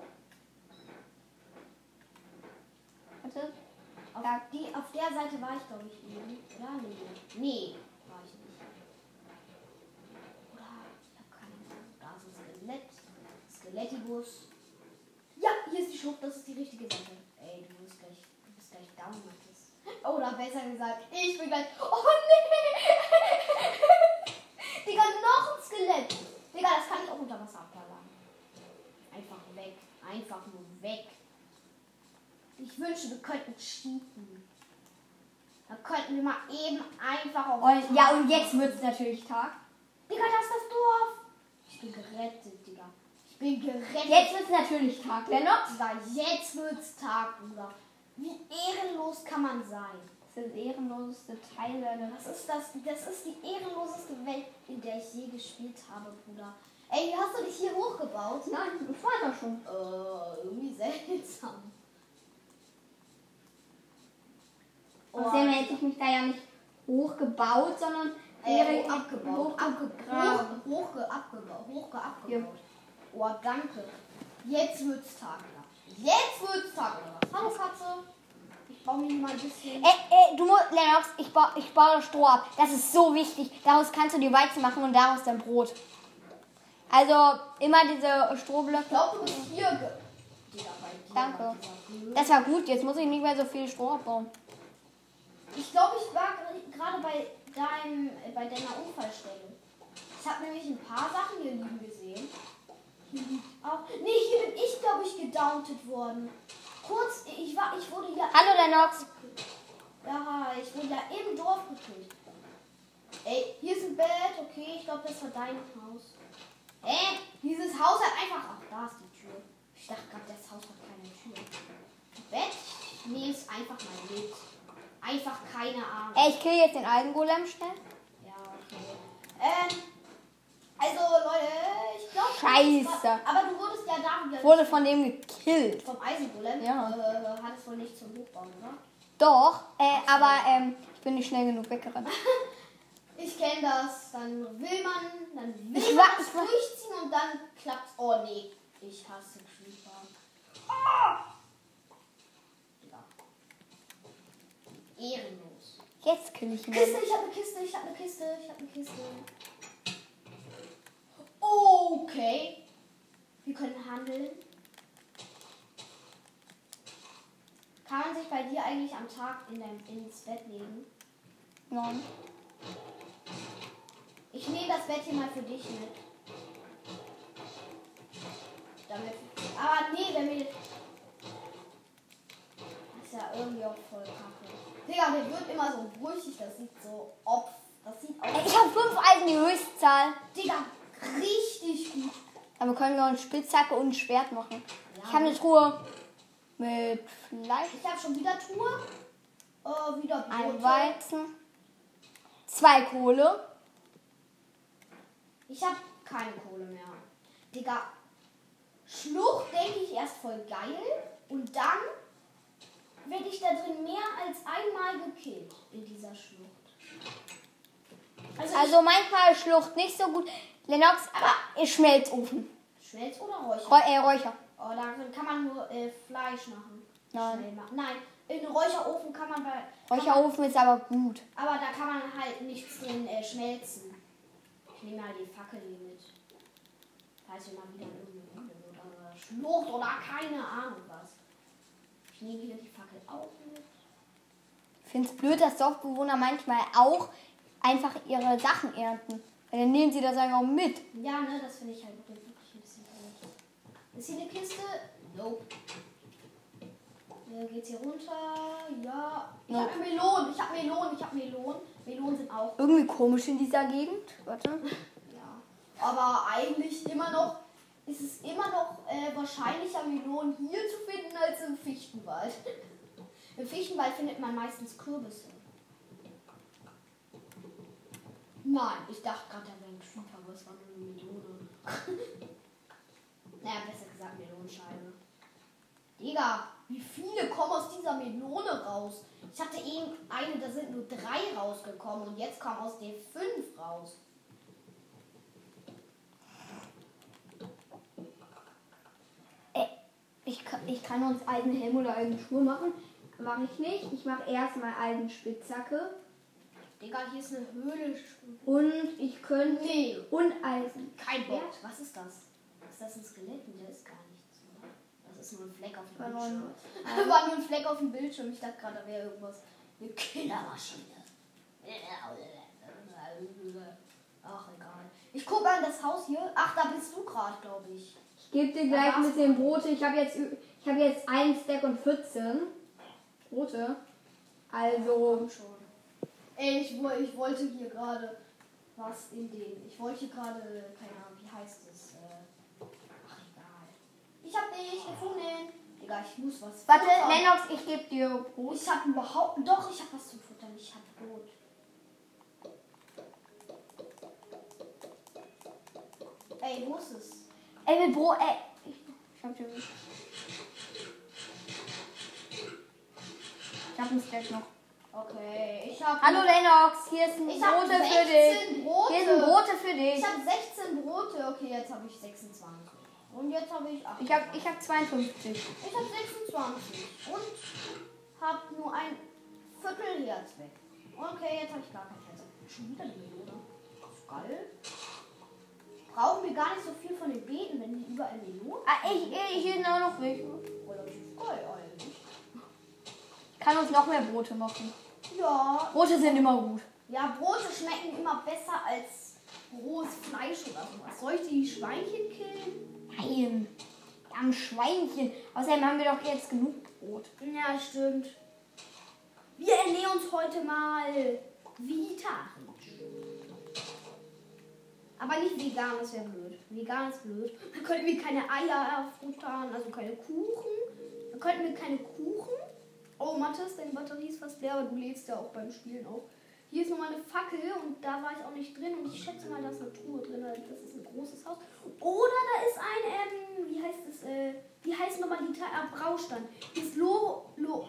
Warte.
Auf,
Ja.
die, auf der Seite war ich, glaube ich, eben. Ja, nee. Nee, war ich nicht. Oder ich habe keine Ahnung. Da ist ein Skelett. Skelettibus. Ja, hier ist die Schlucht, das ist die richtige Seite. Ey, du bist gleich, du bist gleich down, Oh, Mathis. Oder besser gesagt, ich bin gleich. Oh nee! *laughs* Digga, noch ein Skelett! Digga, das kann ich auch unter Wasser abballern. Einfach weg. Einfach nur weg. Ich wünsche, wir könnten cheaten. Da könnten wir mal eben einfach auf.
Und, ja, und jetzt wird's natürlich Tag.
Digga, das ist das Dorf. Ich bin gerettet, Digga. Ich bin gerettet.
Jetzt wird's natürlich Tag, Lennox.
Digga, jetzt wird's Tag, Bruder. Wie ehrenlos kann man sein?
Das ist der ehrenloseste Teil deiner.
Das ist, das, das ist die ehrenloseste Welt, in der ich je gespielt habe, Bruder. Ey, wie hast du dich hier hochgebaut?
Nein, ich war doch schon.
Äh, irgendwie
*laughs*
seltsam.
Außerdem hätte ich mich da ja nicht hochgebaut, sondern
Äh,
direkt
hoch abgebaut.
hoch-
Abgegraben. Hoch, hochge, abgebaut. Hochge, abgebaut.
Ja.
Oh, danke. Jetzt wird's Tag, Alter. Jetzt wird's Tag, Alter. Hallo, Katze. Ich baue mich mal ein bisschen.
Ey, ey, Äh, du musst, Lennox, ich baue, ich baue das Stroh ab. Das ist so wichtig. Daraus kannst du dir Weizen machen und daraus dein Brot. Also immer diese
Ich
Strohblöcke.
glaube, du bist hier. Ge Digga, bei dir
Danke.
war dieser Glück.
Das war gut, jetzt muss ich nicht mehr so viel Stroh abbauen.
Ich glaube, ich war gr- gerade bei, deinem, äh, bei deiner Unfallstelle. Ich habe nämlich ein paar Sachen hier liegen gesehen. Hier liegt auch. Nee, hier bin ich, glaube ich, gedowntet worden. Kurz, ich, war, ich wurde hier
Hallo Lennox.
Ja, ich bin ja im Dorf gekillt. Ey, hier ist ein Bett, okay, ich glaube, das war dein Haus. Ey, dieses Haus hat einfach. Ach, da ist die Tür. Ich dachte gerade, das Haus hat keine Tür. Bett? Nee, ist einfach mal mit. Einfach keine Ahnung.
Ey, Äh, ich kill jetzt den Eisengolem schnell.
Ja, okay. Ähm, also Leute, ich glaube.
Scheiße.
Aber du wurdest ja da wieder
Wurde von dem gekillt.
vom Eisengolem.
Ja.
Äh, hat es wohl nicht zum Hochbauen, oder?
Doch, äh, aber ähm, ich bin nicht schnell genug weggerannt.
Ich kenne das. Dann will man, dann will
Ich
man
wa-
es
ich wa-
durchziehen und dann klappt's. Oh nee, ich hasse Creeper. Ah! Ja. Ehrenlos.
Jetzt kill ich ihn.
Kiste, ich hab eine Kiste, ich hab eine Kiste, ich hab eine Kiste. Okay. Wir können handeln. Kann man sich bei dir eigentlich am Tag in dein, ins Bett legen?
Nein.
Ich nehme das Bett hier mal für dich mit. Damit. Aber nee, wenn wir. Das ist ja irgendwie auch voll kacke. Digga, der wird immer so brüchig. Das sieht so opf. Das sieht
Ey,
auch.
Äh, Ich habe fünf Eisen, die Höchstzahl.
Digga, richtig gut.
Aber können wir eine Spitzhacke und ein Schwert machen.
Ja.
Ich habe eine Truhe mit Fleisch,
Ich habe schon wieder Tour. Äh, wieder Brote.
einem Weizen, zwei Kohle.
Ich habe keine Kohle mehr. Digga, Schlucht denke ich erst voll geil und dann werde ich da drin mehr als einmal gekillt in dieser Schlucht. Also,
Also manchmal Schlucht nicht so gut. Lennox, aber Schmelzofen.
Schmelz oder Räucher?
Räu- äh, Räucher.
Oh, Oh, darin kann man nur äh, Fleisch machen.
Nein.
Schnell machen. Nein, in den Räucherofen kann man bei.
Räucherofen ist aber gut.
Aber da kann man halt nichts drin äh, schmelzen. Ich nehme mal die Fackel hier mit. Falls hier mal wieder irgendeine Runde wird oder Schlucht oder keine Ahnung was. Ich nehme hier die Fackel auch mit.
Ich finde es blöd, dass Dorfbewohner manchmal auch einfach ihre Sachen ernten. Weil dann nehmen sie das einfach mit.
Ja, ne, das finde ich halt wirklich ein bisschen blöd. Ist hier eine Kiste? Nope. Äh, geht's hier runter? Ja. Ich
Nope.
habe Melonen, ich habe Melonen, ich habe Melonen. Melonen sind auch.
Irgendwie komisch in dieser Gegend. Warte.
Ja. Aber eigentlich immer noch ist es immer noch äh, wahrscheinlicher, Melonen hier zu finden als im Fichtenwald. *laughs* Im Fichtenwald findet man meistens Kürbisse. Nein, ich dachte gerade, da wäre ein Schmuck, aber es war nur eine Melone. *laughs* naja, besser gesagt Melonenscheibe. Digga, wie viele kommen aus dieser Melone raus? Ich hatte eben eine, da sind nur drei rausgekommen und jetzt kommen aus der fünf raus.
Äh, Ich kann, ich kann uns Eisenhelm oder Eisenschuhe machen. Mache ich nicht. Ich mache erstmal Eisenspitzhacke.
Digga, hier ist eine Höhle.
Und ich könnte.
Nee.
Und Eisen.
Kein Bock. Was ist das? Ist das ein Skelett? Nee, das ist gar nichts. oder? Das ist nur ein Fleck auf dem
War nur
Bildschirm.
ein-
*laughs* War nur ein Fleck auf dem Bildschirm. Ich dachte gerade, da wäre irgendwas. Eine Killermaschine. Ach, egal. Ich gucke an das Haus hier. Ach, da bist du gerade, glaube ich.
Ich gebe dir gleich ein bisschen Brote. Ich habe jetzt, ü- ich hab jetzt einen Stack und 14 Brote. Also,
Komm schon. Ey, ich, wo- ich wollte hier gerade was in den. Ich wollte hier gerade, keine Ahnung, wie heißt es? Äh, ach, egal. Ich hab dich gefunden. Digga, ich muss was.
warte,
futtern.
Lennox, ich gebe dir Brot.
Ich hab überhaupt. Doch, ich hab was zu futtern. Ich hab Brot. Ey, wo ist es?
Ey, mit Brot, ey. Ich hab dir Ich hab einen Stack noch.
Okay, ich hab.
Hallo Lennox, hier ist ein
Ich hab
Brote für
16
dich.
Brote.
Hier sind Brote für
Ich
dich.
hab 16 Brote. Okay, jetzt habe ich 26. Und jetzt habe ich 8.
Ich hab, ich hab 52.
Ich habe 26 und habe nur ein Viertelherz weg. Okay, jetzt habe ich gar kein Herz. Schon wieder die Melone. Ist Geil. Brauchen wir gar nicht so viel von den Beeten, wenn die überall Melonen
Ah, ich, ich, hier sind auch noch welche.
Oder das ist geil eigentlich.
Ich kann uns noch mehr Brote machen.
Ja.
Brote sind immer gut.
Ja, Brote schmecken immer besser als rohes Fleisch oder sowas. Soll ich die Schweinchen killen?
Nein. Am Schweinchen. Außerdem haben wir doch jetzt genug Brot.
Ja, stimmt. Wir ernähren uns heute mal vegetarisch. Aber nicht vegan, das wäre blöd. Vegan ist blöd. Dann könnten wir keine Eier futtern, also keine Kuchen. Dann könnten wir keine Kuchen. Oh, Mathis, deine Batterie ist fast leer, aber du lädst ja auch beim Spielen auf. Hier ist nochmal eine Fackel und da war ich auch nicht drin und ich schätze mal, da ist eine Truhe drin, weil das ist ein großes Haus. Oder da ist ein, ähm, wie heißt es, äh, wie heißt nochmal die Teil, ah, Braustand. Hier ist Lo, Lo,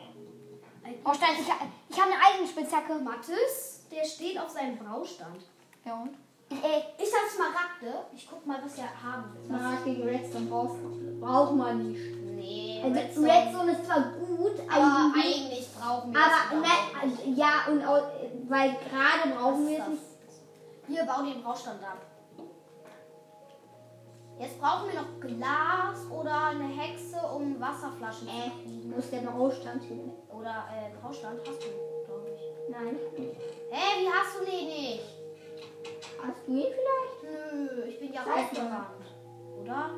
ein
Oh, Stein, ich, ha- ich habe eine Eisenspitzhacke.
Mathis, der steht auf seinem Braustand. Äh,
Ja und? Ey,
Ich hab Smaragde. Ich guck mal, was er haben will.
Smaragd gegen Redstone brauchst, braucht man nicht.
Nee,
Also Redstone, ist zwar gut,
Aber
eigentlich-
eigentlich brauchen wir
Äh, aber
es
ne,
überhaupt nicht.
also, ja, und auch, äh, weil gerade brauchen wir es
Was
nicht.
ist das? Hier, bau den Braustand ab. Jetzt brauchen wir noch Glas oder eine Hexe, um Wasserflaschen zu kriegen.
Wo ist der Braustand hin?
Oder äh, Braustand hast du, glaube ich.
Nein.
Hä, wie hast du den nicht?
Hast du ihn vielleicht?
Nö, ich bin ja
Sag mal.
rausgerannt. Oder?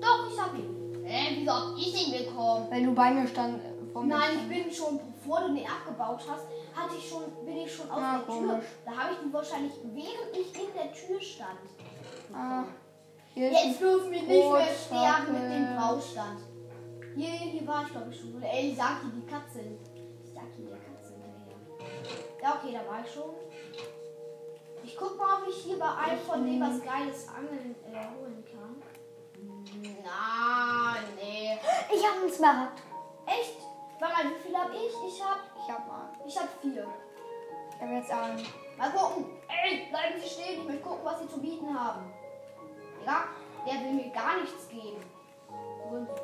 Doch, ich hab ihn. Hä, wieso hab ich ihn bekommen?
Weil du bei mir stand. äh, vor mir
Nein, ich
stand.
bin schon, bevor du den abgebaut hast, hatte ich schon, bin ich schon aus
Ja,
der Tür.
komisch.
Da habe ich ihn wahrscheinlich, während ich in der Tür stand.
Ah, hier ist
Jetzt dürfen wir nicht mehr
Brotstapel.
sterben mit dem Braustand. Hier, hier war ich glaube ich schon. Ey, ich sag dir die Katze. Ich sag dir die Katze. Ja, okay, da war ich schon. Ich guck mal, ob ich hier bei einem von denen was Geiles angeln äh, holen kann. Nein, nee.
ich habe einen Smaragd.
Echt? Warte mal, wie viel hab ich? Ich hab,
Ich habe einen.
ich hab vier.
Ich habe jetzt einen.
Mal gucken. Ey, bleiben Sie stehen. Ich möchte gucken, was Sie zu bieten haben. Ja, der will mir gar nichts geben. Wo ist er?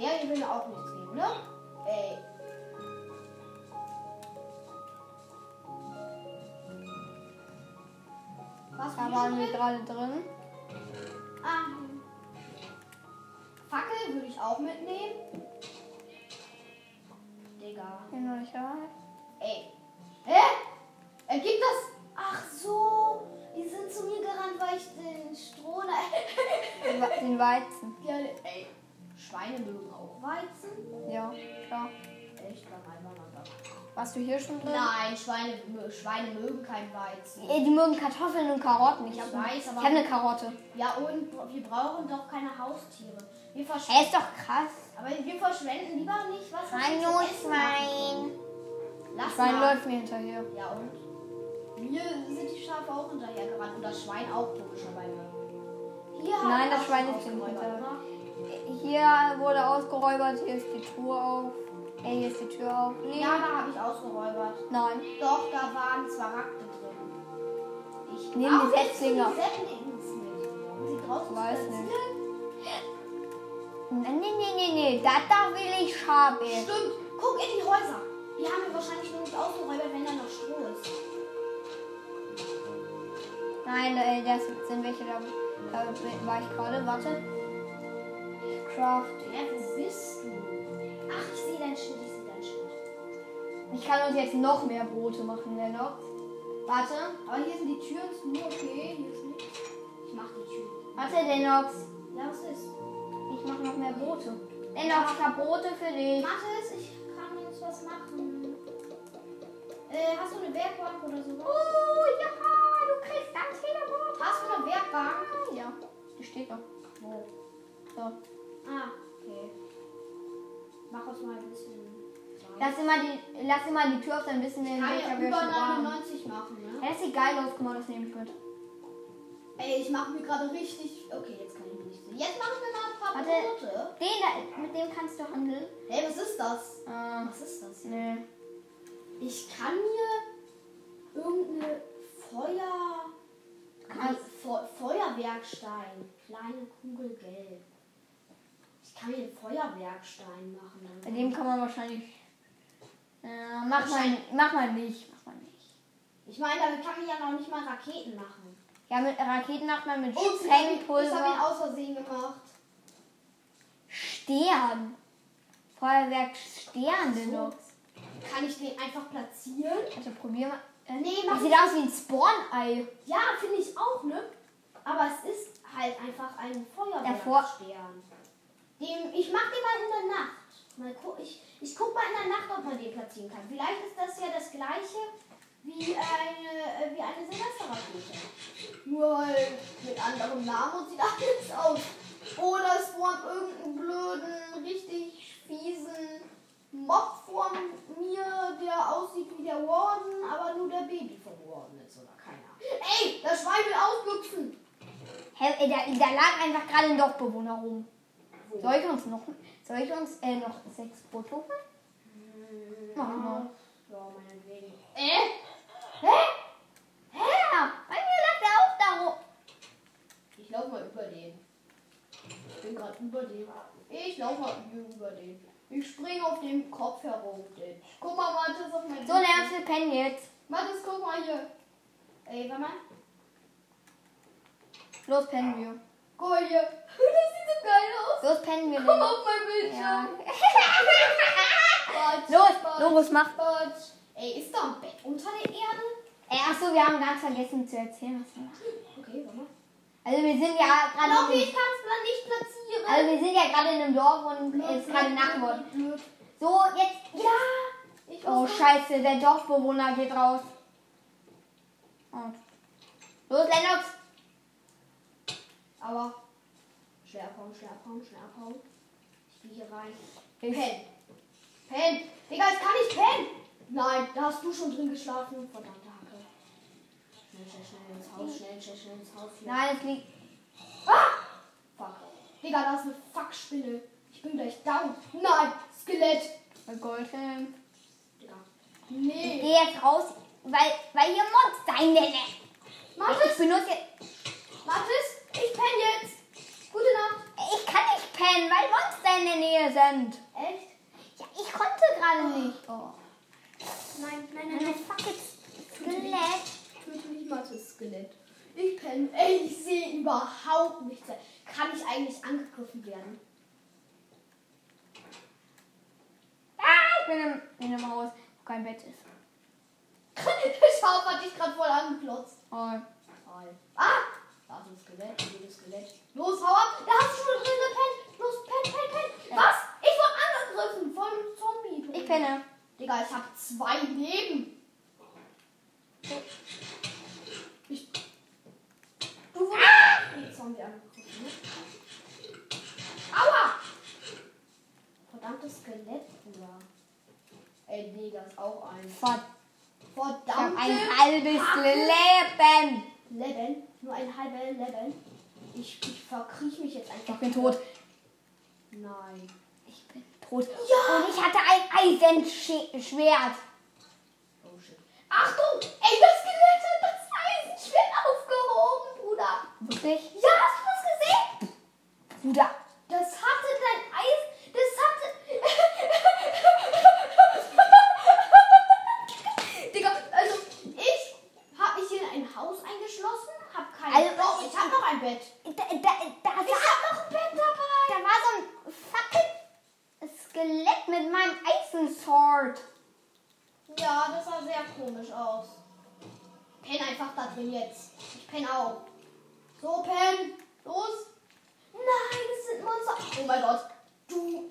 Der hier will mir auch nichts geben, ne? Ey. Was
Da
war
waren
drin?
wir gerade drin.
Ah. Fackel würde ich auch mitnehmen. Digga.
Bin noch nicht da.
Ey. Hä? Er gibt das. Ach so. Die sind zu mir gerannt, weil ich den Stroh.
Den Wa- Den Weizen.
*laughs* ja, ey. Schweine mögen auch Weizen.
Ja, klar.
Echt beim Einwanderer.
Warst du hier schon drin?
Nein, Schweine, mö- Schweine mögen kein Weizen.
Äh, Die mögen Kartoffeln und Karotten. Ich
Ich
habe
weiß,
ich hab
aber-
eine Karotte.
Ja, und wir brauchen doch keine Haustiere. Wir
Er
verschwenden.
ist doch krass.
Aber wir verschwenden lieber nicht was. wir
Hallo,
zu essen haben.
Schwein.
Lass
Schwein
mal.
läuft mir hinterher.
Ja, und? Mir sind die Schafe auch hinterhergerannt und das Schwein auch logischerweise. Hier haben
Nein,
wir
das
auch
Schwein
schon
ist dem
aufgeräumt,
hinterher.
oder?
Hier wurde ausgeräubert. Hier ist die Tür auf. Äh, hier ist die Tür auf. Nee.
Ja, da habe ich ausgeräubert.
Nein.
Doch, da waren Smaragde drin.
Nehmen
Ich
die
Warum nimmst du
Setzlinge.
Die Setzlinge nicht. Um sie draußen
Weiß
zu
nicht.
platzieren?
Nee, nee, nee, nee, nee. Das da will ich haben.
Stimmt. Guck in die Häuser. Die haben wir wahrscheinlich noch nicht ausgeräubert, wenn da noch Stroh ist.
Nein, äh, das sind welche. Da, da bin- war ich gerade. Warte. Craft.
Hä, wo bist du? Ach, ich sehe dein Schild, ich sehe dein Schild.
Ich kann uns jetzt noch mehr Brote machen, dennoch. Warte.
Aber hier sind die Türen zu mir, okay. Hier ist nichts. Ich mach die Tür.
Warte, Denox.
Ja, was ist?
Ich mache noch mehr Brote. Denox, ich hab Brote für dich.
Mathis, ich kann jetzt was machen. Äh, hast du eine Werkbank oder sowas?
ja, du kriegst ganz viele Brote.
Hast du eine Werkbank?
Ja, die steht noch.
Wo?
So.
Ah, okay. Mach uns mal ein bisschen. klein.
Lass immer die, lass immer die Tür auf, dann wissen wir, in
Kann ja
welcher wir
über
schon waren.
99 machen, ne?
Ja, Das sieht geil aus, guck mal, das nehme ich mit.
Ey, ich mache mir gerade richtig. Okay, jetzt kann ich nicht sehen. Jetzt mache ich mir mal ein paar
Warte.
Brote.
Den da, mit dem kannst du handeln.
Hey, was ist das?
Äh,
Was ist das?
nee.
Ich kann mir irgendeine Feuer.
kannst-
Fe Feuerwerkstein. Kleine Kugel gelb. Ich kann mir einen Feuerwerkstein machen.
Bei dem kann man wahrscheinlich. Äh, mach mal, mach mal nicht. Mach mal nicht.
Ich meine, damit kann man ja noch nicht mal Raketen machen.
Ja, mit Raketen macht man mit
Ups, ich Oh, hab ihn- Ich habe ihn
Sprengpulver.
aus Versehen gemacht.
Stern. Feuerwerk Stern, Denox.
Kann ich den einfach platzieren?
Also probier mal. Äh,
Nee, mach
das sieht aus wie ein Spawn-Ei.
Ja, finde ich auch, ne? Aber es ist halt einfach ein
Davor-
Feuerwerkstern. Dem, ich mach den mal in der Nacht. Mal gu ich, ich guck mal in der Nacht, ob man den platzieren kann. Vielleicht ist das ja das gleiche wie eine, äh, wie eine Silvesterrakete. Nur halt mit anderem Namen und sieht anders aus. Oder es wohnt irgendeinen blöden, richtig fiesen Mob vor mir, der aussieht wie der Warden, aber nur der Baby vom Warden ist oder keiner. Ey, das Schwein will ausbüchsen!
Hä, äh, da, da lag einfach gerade ein Dorfbewohner rum.
Wo?
Soll ich uns noch, soll ich uns äh, noch sechs Brot holen? Mach mal.
Hm. Ja, meinetwegen. Äh?
Hä? Bei mir lag der auch da rum.
Ich laufe mal über den. Ich bin gerade über den. Ich laufe mal über den. Ich springe auf dem Kopf herum. Den. Guck mal, Mathis auf mein
So, Lärm, wir pennen jetzt.
Mathis, guck mal hier. Ey, warte mal.
Los, pennen wir.
Guck mal hier. *laughs* Das sieht so geil aus.
Los, pennen wir.
Guck mal
Lena.
auf mein Bildschirm.
Ja. *laughs*
Batsch,
Los,
Batsch,
Logos, mach.
Batsch. Ey, ist da ein Bett unter der Erde?
Äh, achso, wir haben ganz vergessen zu erzählen, was wir machen.
Okay, warte mal.
Also, wir sind ja gerade.
Lobby, ich
in-
kann es nicht platzieren.
Also, wir sind ja gerade in einem Dorf und es ist gerade Nacht geworden. So, jetzt.
Ja! Ich
Oh,
muss
Scheiße, der Dorfbewohner geht raus. Oh. Los, Lennox.
Aber. Schlafraum, Schlafraum, Schlafraum. Ich gehe hier rein.
Ich-
Pen. Pen. Digga, jetzt kann ich pennen. Nein, da hast du schon drin geschlafen. Verdammte Hacke. Schnell, schnell, schnell ins Haus. Schnell, schnell, schnell ins Haus. Hier.
Nein, es liegt.
Fuck. Digga, da ist eine Fuckspinne. Ich bin gleich down. Nein, Skelett.
Bei Goldhelm.
Digga.
Ich
Nee.
gehe jetzt raus, weil, weil hier Monster in der Nähe.
Mathis,
Ich benutze jetzt.
Mathis, ich penne jetzt. Gute Nacht.
Ich ich kann nicht pennen, weil Monster in der Nähe sind.
Echt?
Ja, ich konnte gerade nicht. Oh.
Nein, nein, nein,
Meine
nein.
fucking Skelett.
Töte mich mal das Skelett. Ich penne. Ey, ich sehe überhaupt nichts. Kann ich eigentlich angegriffen werden? *laughs*
Ah, ich bin im, in einem Haus, wo kein Bett ist.
Schau, hat dich gerade voll angeklotzt.
Oh.
Toll. Ah! Da ist ein Skelett, ein gutes Skelett. Los, hau ab! Da hast du schon drin gepennt! Los, penn, penn, penn!
Ja.
Was? Ich wurde angegriffen von einem Zombie.
Ich penne.
Digga, ich hab zwei Leben. Ich. Du wurdest. Ah! Zombie angegriffen, ne? Aua! Verdammtes Skelett, Bruder. Ey, nee, da ist auch ein.
Verdammt. Ich habe ein
Verdammtes
halbes Leben.
Level. Nur ein halbes Level. Ich, ich verkriech mich jetzt einfach.
Ich bin tot.
Nein.
Ich bin tot. Und ich hatte ein Eisenschwert.
Oh shit. Achtung! Ey, das Skelett hat das Eisenschwert aufgehoben, Bruder.
Wirklich?
Ja, hast du das gesehen?
Bruder.
Das hatte dein Eis. Das hatte. *laughs* Digga, also ich habe mich hier in ein Haus eingeschlossen, hab kein.
Also,
Doch, ich habe noch ein Bett.
Da, da, da,
Ich
war,
habe noch ein Bett dabei.
da war so ein fucking Skelett mit meinem Eisensword.
Ja, das sah sehr komisch aus. Penn einfach da drin jetzt. Ich penne auch. So, Penn. Los. Nein, es sind Monster. Oh mein Gott. Du.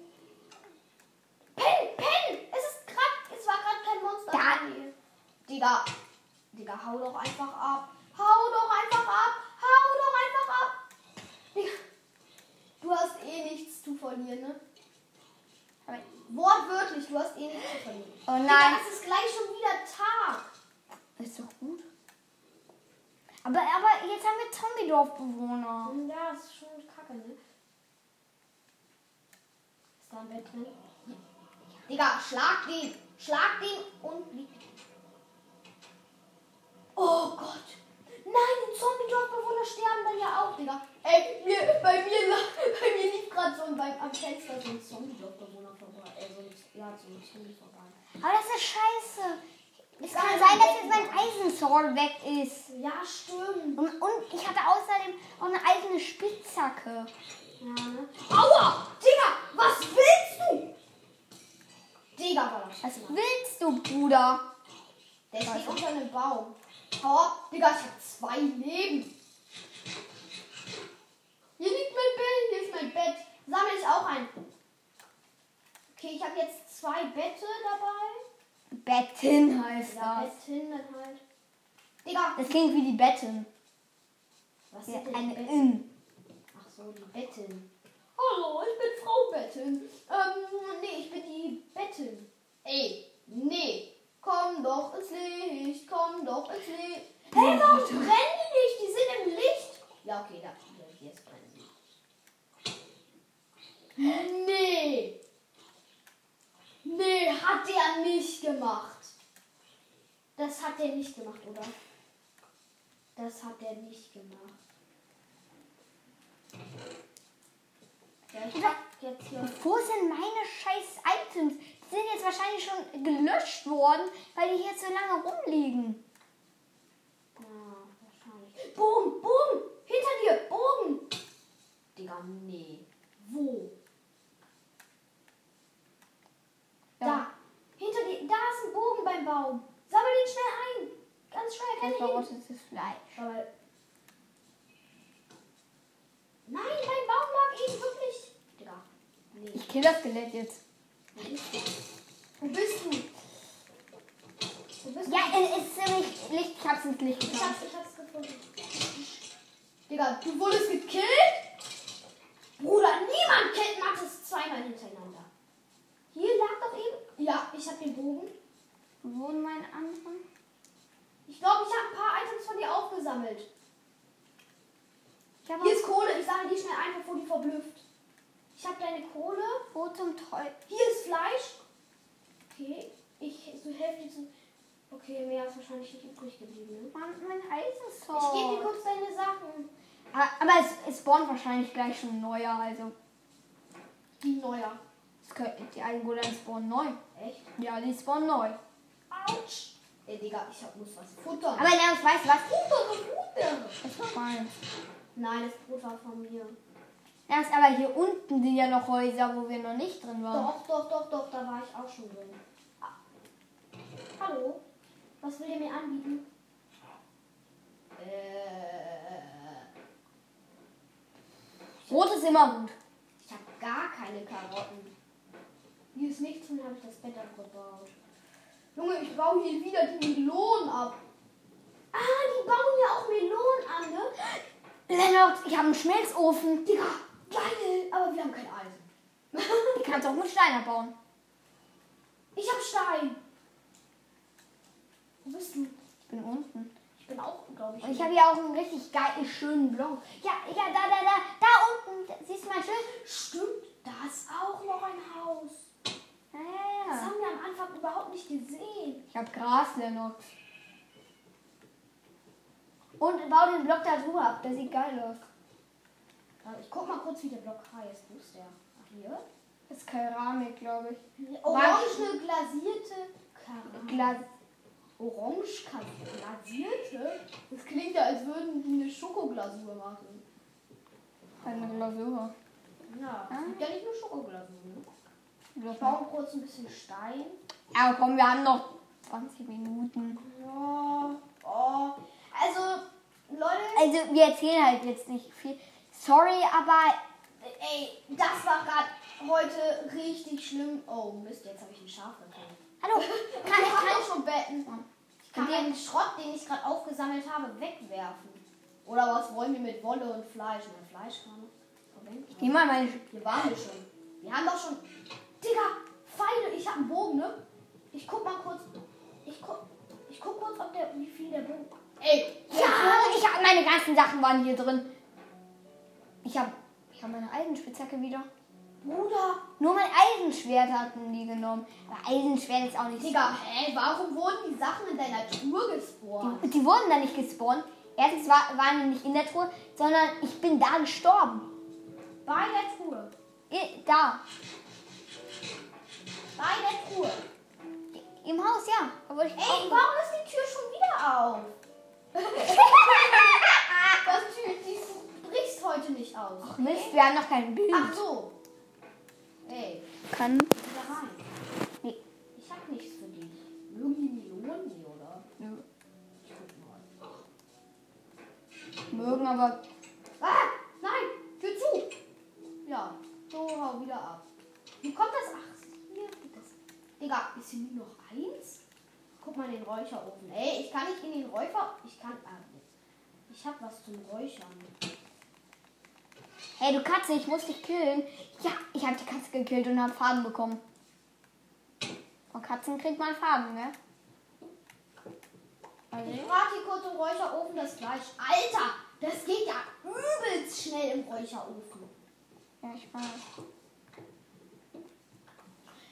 Penn, Penn. Es ist grad, es war gerade kein Monster.
Daniel.
Digga. Digga, hau doch einfach ab. Hau doch einfach ab. Hau doch einfach ab. Digga. Du hast eh nichts zu verlieren, ne? Wortwörtlich, du hast eh nichts zu verlieren.
Oh nein.
Digga, es ist gleich schon wieder Tag.
Ist doch gut. Aber, aber jetzt haben wir Zombie-Dorfbewohner.
Ja, ist schon kacke, ne? Ist da ein Bett drin? Digga, schlag den! Schlag den und lieg. Oh Gott! Nein, die Zombie-Dorfbewohner sterben dann ja auch, Digga. Ey, mir, bei mir, la- bei mir lief gerade so ein, beim, am Fenster so ein Zombie-Dorfbewohner vorbei. Äh, so ein, ja, so ein Zombie vorbei.
Aber das ist scheiße. Es
Ja,
kann
dann
sein, dass
weg.
jetzt mein Eisensword weg ist.
Ja, stimmt.
Und, und ich hatte außerdem auch eine eigene Spitzhacke.
Ja, ne? Aua! Digga, was willst du? Digga, war das
Was
scheiße.
willst du, Bruder?
Der steht
Scheiße.
unter einem Baum. Hau ab, Digga, ich hab zwei Leben. Hier liegt mein Bett, hier ist mein Bett. Sammle ich auch ein. Okay, ich habe jetzt zwei Bette dabei.
Betten heißt
Ja,
das.
Betten dann halt. Digga,
Das klingt wie die Betten.
was
Ja,
sind denn
eine
die Betten?
Inn.
Ach so, die Betten. Hallo, ich bin Frau Betten. Ähm, nee, ich bin die Betten. Ey, nee. Komm doch ins Licht, komm doch ins Licht. Hey, warum brennen die nicht? Die sind im Licht. Ja, okay, da. ja, Jetzt brennen die. Nee. Nee, hat der nicht gemacht. Das hat der nicht gemacht, oder? Das hat der nicht gemacht. Ja, ich
Oder-
hab jetzt hier.
Wo sind meine scheiß Items? Die sind jetzt wahrscheinlich schon gelöscht worden, weil die hier so lange rumliegen.
Ah, wahrscheinlich. Bogen, Bogen! Hinter dir! Bogen! Digga, nee. Wo?
Ja.
Da! Hinter dir! Da ist ein Bogen beim Baum! Sammel den schnell ein! Ganz schnell,
Ein
kann ich
verrottetes Fleisch.
Aber... Nein, mein Baum lag eben wirklich! Digga, nee.
Ich kill das Skelett jetzt.
Wo bist du? Wo bist
Ja, es ist ziemlich Licht. Ich hab's ins Licht
Ich
getan.
hab's, ich hab's gefunden. Digga, du wurdest gekillt? Bruder, niemand killt Mattes zweimal hintereinander. Hier lag doch eben. Ja, ich hab den Bogen.
Wo sind meine anderen?
Ich glaube, ich habe ein paar Items von dir aufgesammelt.
Ich habe
Hier ist Kohle, ich sammle die schnell ein, bevor die verblüfft. Ich habe deine Kohle.
Wo zum Teufel?
Hier ist Fleisch. Okay, ich so Hälfte zu. Okay, mehr ist wahrscheinlich nicht übrig geblieben. Ne?
Mann, mein
Ich gebe dir
Eisensword.
kurz deine Sachen.
A- Aber es, es spawnt wahrscheinlich gleich schon ein neuer, also
Wie neuer.
es könnte, die Algorithmen spawnen neu.
Echt?
Ja, die spawnen neu.
Autsch! Ey, Digga, ich hab muss was futtern.
Aber Lernst, weißt du was?
Futter, Futter!
Das war fein.
Nein, das Brot war von mir.
Lernst, aber hier unten sind ja noch Häuser, wo wir noch nicht drin waren.
Doch, doch, doch, doch, da war ich auch schon drin. Ah. Hallo? Was will ihr mir anbieten? Äh,
Rot ist immer gut.
ich hab gar keine Karotten. Hier ist nichts und habe ich das Bett abgebaut. Junge, ich baue hier wieder die Melonen ab. Ah, die bauen ja auch Melonen an, ne?
Lennox, ich habe einen Schmelzofen.
Digga, geil, aber wir haben kein Eisen. *laughs*
Die kannst du auch mit Stein abbauen.
Ich hab Stein. Wo bist du?
Ich bin unten.
Ich bin auch, glaube ich.
Und ich habe hier auch einen richtig geilen, schönen Block. Ja, ja, da, da, da, da unten. Da- Siehst du mal schön?
Stimmt, da ist auch noch ein Haus.
Ja, ja,
Das
ja.
haben wir am Anfang überhaupt nicht gesehen.
Ich habe Gras, Lennox. Und bau den Block da drüber ab. Der sieht geil aus.
Warte, Äh, Ich guck mal kurz, wie der Block heißt. Wo ist der? Ach, hier?
Das ist Keramik, glaube ich.
Orange glasierte Karotte.
Glas.
Orange glasierte? Das klingt ja, als würden die eine Schokoglasur machen.
Eine Glasur.
Ja, es gibt ja nicht nur Schokoglasur. Ne? Ich
Glasur.
baue kurz ein bisschen Stein.
Aber komm, wir haben noch 20 Minuten.
Ja, oh. Also, Leute.
Also, wir erzählen halt jetzt nicht viel. Sorry, aber
äh, Ey, das war gerade heute richtig schlimm. Oh Mist, jetzt habe ich ein Schaf bekommen.
Hallo,
Ich
kann,
kann
kann,
auch schon betten. Ich kann
Den-
den Schrott, den ich gerade aufgesammelt habe, wegwerfen. Oder was wollen wir mit Wolle und Fleisch? Mein Fleisch kann
ich nehme mal meine. Sch-
Hier waren wir schon. Wir haben doch schon. Digga, Pfeile, ich habe einen Bogen, ne? Ich guck mal kurz. Ich guck, ich guck kurz, ob der, wie viel der Bogen. Ey,
Ja, ich hab, meine ganzen Sachen waren hier drin. Ich habe ich hab meine Eisenspitzhacke wieder.
Bruder.
Nur mein Eisenschwert hatten die genommen. Aber Eisenschwert ist auch nicht
Digga, ey, warum wurden die Sachen in deiner Tour
so.
gespawnt?
Die, die wurden da nicht gespawnt. Erstens war, waren die nicht in der Truhe, sondern ich bin da gestorben.
Bei der Truhe.
I- Da.
Bei der Truhe.
Im Haus, ja. Da wurde ich
Ey,
auch-
warum ist die Tür schon wieder auf? Das Tür, die brichst heute nicht aus.
Ach *laughs* Mist, wir haben noch kein Bild.
Ach so. Ey,
Kann.
wieder rein.
Nee.
Ich hab nichts für dich. Mögen die Melonen hier, oder?
Nö.
Ich guck mal.
Mögen aber.
Ah, nein, Tür zu. Ja, so hau wieder ab. Wie kommt das? Ach, hier geht das. Digga, ist hier nur noch eins? Guck mal in den Räucherofen. Ey, ich kann nicht in den Räucher. Ich kann. Ah, jetzt. Ich hab was zum Räuchern.
Hey, du Katze, ich muss dich killen. Ja, ich habe die Katze gekillt und habe Farben bekommen. Von Katzen kriegt man Farben, ne? Also,
Ich brate hier kurz im Räucherofen das Fleisch. Alter, das geht ja übelst schnell im Räucherofen.
ja, ich weiß.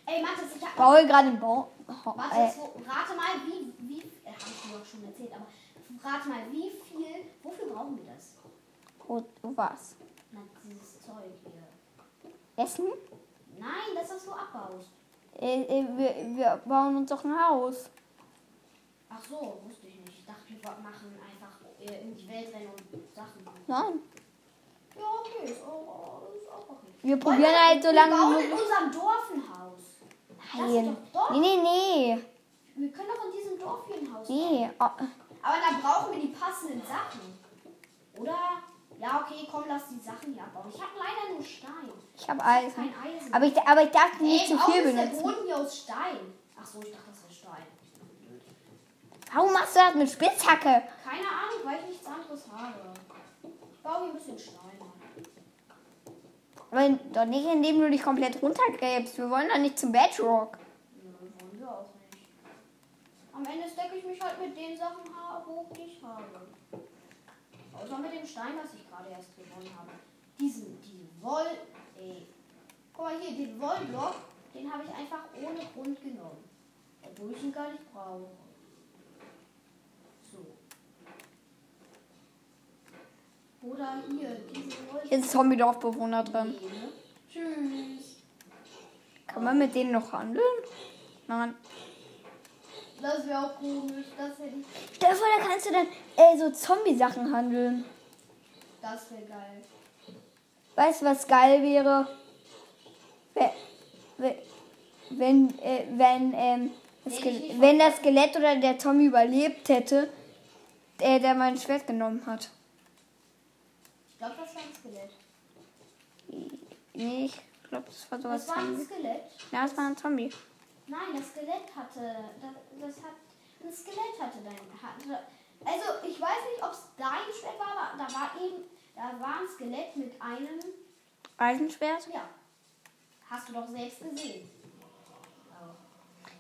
Ey, Mathis, ich hab.
Baue gerade einen Bau. Oh,
Warte,
äh,
jetzt, wo, rate mal, wie, wie, äh, hab ich dir doch schon erzählt, aber rate mal, wie viel, wofür brauchen wir das?
und was?
Na, dieses Zeug hier.
Essen?
Nein, das ist so abbaust.
Äh, äh, wir, wir bauen uns doch ein Haus.
Ach so, wusste ich nicht. Ich dachte, wir machen einfach äh, in die Welt rennen und Sachen machen.
Nein.
Ja, okay, ist auch, ist auch okay.
Wir
Wollen
probieren halt so lange
Wir bauen in
wie
unserem Dorf ein Haus. Das ist
Nein.
doch Dorf.
Nee, nee, nee.
Wir können doch in diesem Dorf hier ein Haus
Nee. Oh,
Aber da brauchen wir die passenden Sachen. Oder? Ja, okay, komm, lass die Sachen hier abbauen. Ich habe leider nur Stein.
ich habe
Ich hab
Eisen.
Kein Eisen.
Aber ich, aber ich darf
Ey,
nicht zu
warum
viel
ist der
benutzen.
Boden hier aus Stein? Ach so, ich dachte, das wäre Stein.
Warum machst du das mit Spitzhacke?
Keine Ahnung, weil ich nichts anderes habe. Ich baue hier ein bisschen Stein an.
Wenn, doch nicht, indem du dich komplett runtergräbst. Wir wollen doch nicht zum Bedrock.
Nö, wollen wir auch nicht. Am Ende stecke ich mich halt mit den Sachen ha- hoch, die ich habe. Außer mit dem Stein, das ich gerade erst gewonnen habe. Diesen, die Woll... Ey. Guck mal hier, den Wollblock, den habe ich einfach ohne Grund genommen. Obwohl ich ihn gar nicht brauche. So. Oder hier, diese Holz.
Hier ist Zombie-Dorfbewohner drin.
Tschüss.
Kann man mit denen noch handeln? Nein.
Das wäre auch komisch. Das hätte ich.
Stell dir vor, da kannst du dann ey, so Zombie-Sachen handeln.
Das wäre geil.
Weißt du, was geil wäre? We- we- Wenn, äh, wenn, ähm, das
Wenn ich
Skelett,
nicht
wenn das Skelett oder der Zombie überlebt hätte, äh, der mein Schwert genommen hat.
Ich glaube, das war ein Skelett.
Nee, ich glaube, das war sowas.
Das war ein
Zombie.
Skelett.
Ja, das war ein Zombie.
Nein, das Skelett hatte. Das, das hat. Das Skelett hatte dein. Hatte, also ich weiß nicht, ob es dein Schwert war, aber da war eben. Da war ein Skelett mit einem.
Eisenschwert?
Ja. Hast du doch selbst gesehen.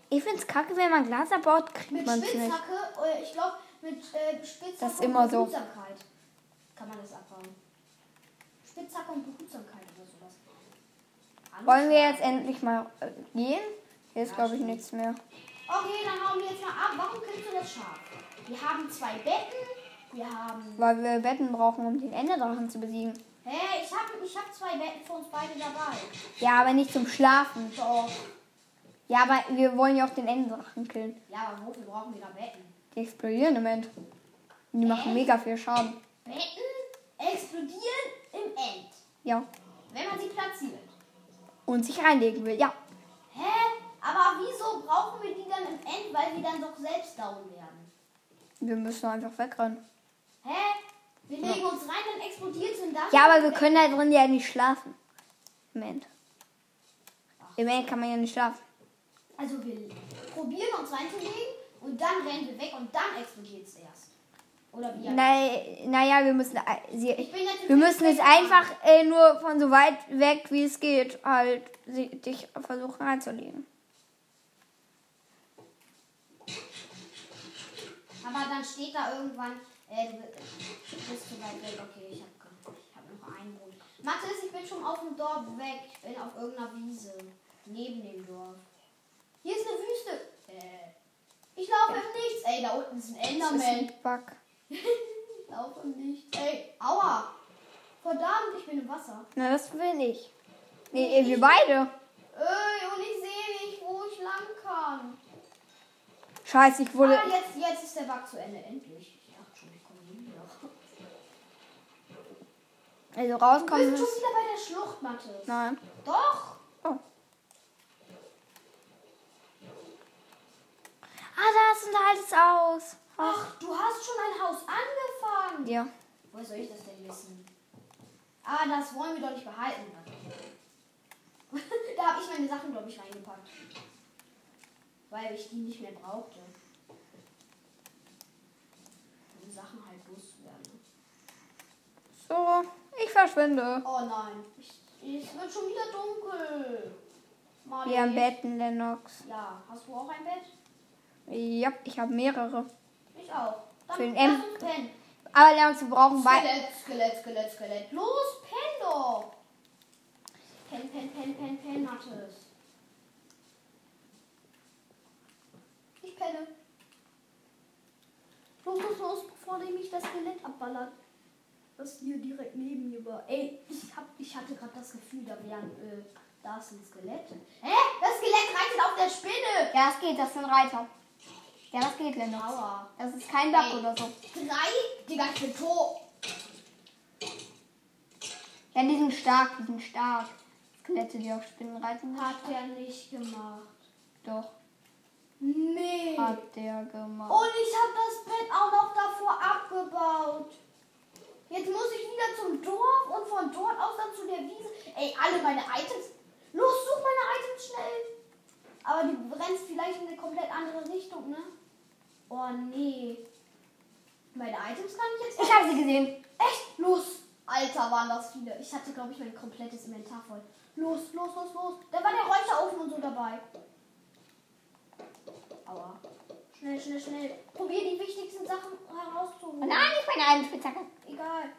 Ich find's kacke, wenn man Glas abbaut, kriegt
Mit
man's nicht.
Spitzhacke, äh, ich glaube, mit äh, Spitzhacke
Das ist immer
und
so.
Behutsamkeit kann man das abbauen. Spitzhacke und Behutsamkeit oder sowas. Alles
Wollen wir
klar.
jetzt endlich mal äh, gehen? Hier ist, glaube ich, nichts mehr.
Okay, dann hauen wir jetzt mal ab. Warum kriegst du das Schaf? Wir haben zwei Betten. Wir haben.
Weil wir Betten brauchen, um den Enderdrachen zu besiegen.
Hä, ich habe ich hab zwei Betten für uns beide dabei.
Ja, aber nicht zum Schlafen.
Doch.
Ja, aber wir wollen ja auch den Enderdrachen killen.
Ja, aber wofür brauchen wir da Betten?
Die explodieren im End. Und die machen mega viel Schaden.
Betten explodieren im End,
Ja.
wenn man sie platziert.
Und sich reinlegen will. Ja.
Hä? Aber wieso brauchen wir die dann im End, weil die dann doch selbst down werden?
Wir müssen einfach wegrennen.
Hä? Wir legen uns rein, dann explodiert sind das.
Ja, aber wir können da drin ja nicht schlafen. Im End. Im End kann man ja nicht schlafen.
Also wir probieren uns reinzulegen und dann rennen wir weg und dann explodiert es erst. Oder wie?
Nein, naja, wir müssen, ei- sie,
Ich bin jetzt
wir müssen es einfach äh, nur von so weit weg, wie es geht, halt sie, dich versuchen reinzulegen.
Aber dann steht da irgendwann, äh, du bist zu weit weg. Okay, ich hab, ge- ich hab noch einen Boden. Mathis, ich bin schon auf dem Dorf weg. Ich bin auf irgendeiner Wiese. Neben dem Dorf. Hier ist eine Wüste. Äh. Ich laufe im Nichts. Ey, da unten ist ein
Das ist ein
Enderman.
Bug.
ich laufe im Nichts. Ey, aua. Verdammt, ich bin im Wasser.
Na, das will ich. Nee, äh, wir beide.
Ey, Äh, und ich sehe nicht, wo ich lang kann.
Scheiße, ich wurde.
Ah, jetzt, jetzt ist der Bug zu Ende. Endlich. Ich dachte schon, ich komme nie wieder.
Also
Wir
rauskommen.
sind schon
ist-
wieder bei der Schlucht, Mathis.
Nein.
Doch.
Oh. Ah, da ist ein altes Haus.
Ach, du hast schon ein Haus angefangen.
Ja.
Woher soll ich das denn wissen? Ah, das wollen wir doch nicht behalten. *laughs* da habe ich meine Sachen, glaube ich, reingepackt. Weil ich die nicht mehr brauchte. Um Sachen halt loszuwerden.
So, ich verschwinde.
Oh nein. Ich, es wird schon wieder dunkel. Mann,
Wir haben
ich-
Betten, Lennox.
Ja, hast du auch ein Bett?
Ja, ich habe mehrere.
Ich auch. Dann
Für den
lass
Em-
uns pennen.
Aber Lennox, wir brauchen beide.
Skelett, Skelett, Skelett, Skelett. Los, penn doch! Penn, penn, penn, penn, penn, Mathis. Ich penne. Los, los, los, bevor die mich das Skelett abballert. Das hier direkt neben mir war. Ey, ich, hab, ich hatte gerade das Gefühl, da wären, äh, da ist ein Skelett. Hä? Das Skelett reitet auf der Spinne!
Ja, das geht, das ist ein Reiter. Ja, das geht, Lennox.
Aua.
Das ist kein
Ey.
Bug oder so.
Drei? Digga, ich bin tot.
Ja, die sind stark, die sind stark. Skelette, die auf Spinnen reiten.
Hat er nicht gemacht.
Doch,
Nee.
hat der gemacht.
Und ich habe das Bett auch noch davor abgebaut. Jetzt muss ich wieder zum Dorf und von dort aus dann zu der Wiese. Ey, alle meine Items. Los, such meine Items schnell. Aber du brennst vielleicht in eine komplett andere Richtung, ne? Oh nee. Meine Items kann ich jetzt.
Ich habe sie gesehen.
Echt? Los! Alter, waren das viele. Ich hatte, glaube ich, mein komplettes Inventar voll. Los, los, los, los. Da war der Räucherofen und so dabei. Aua. Schnell, schnell, schnell. Probier die wichtigsten Sachen herauszuholen.
Nein, ich meine eine Spitzhacke.
Egal.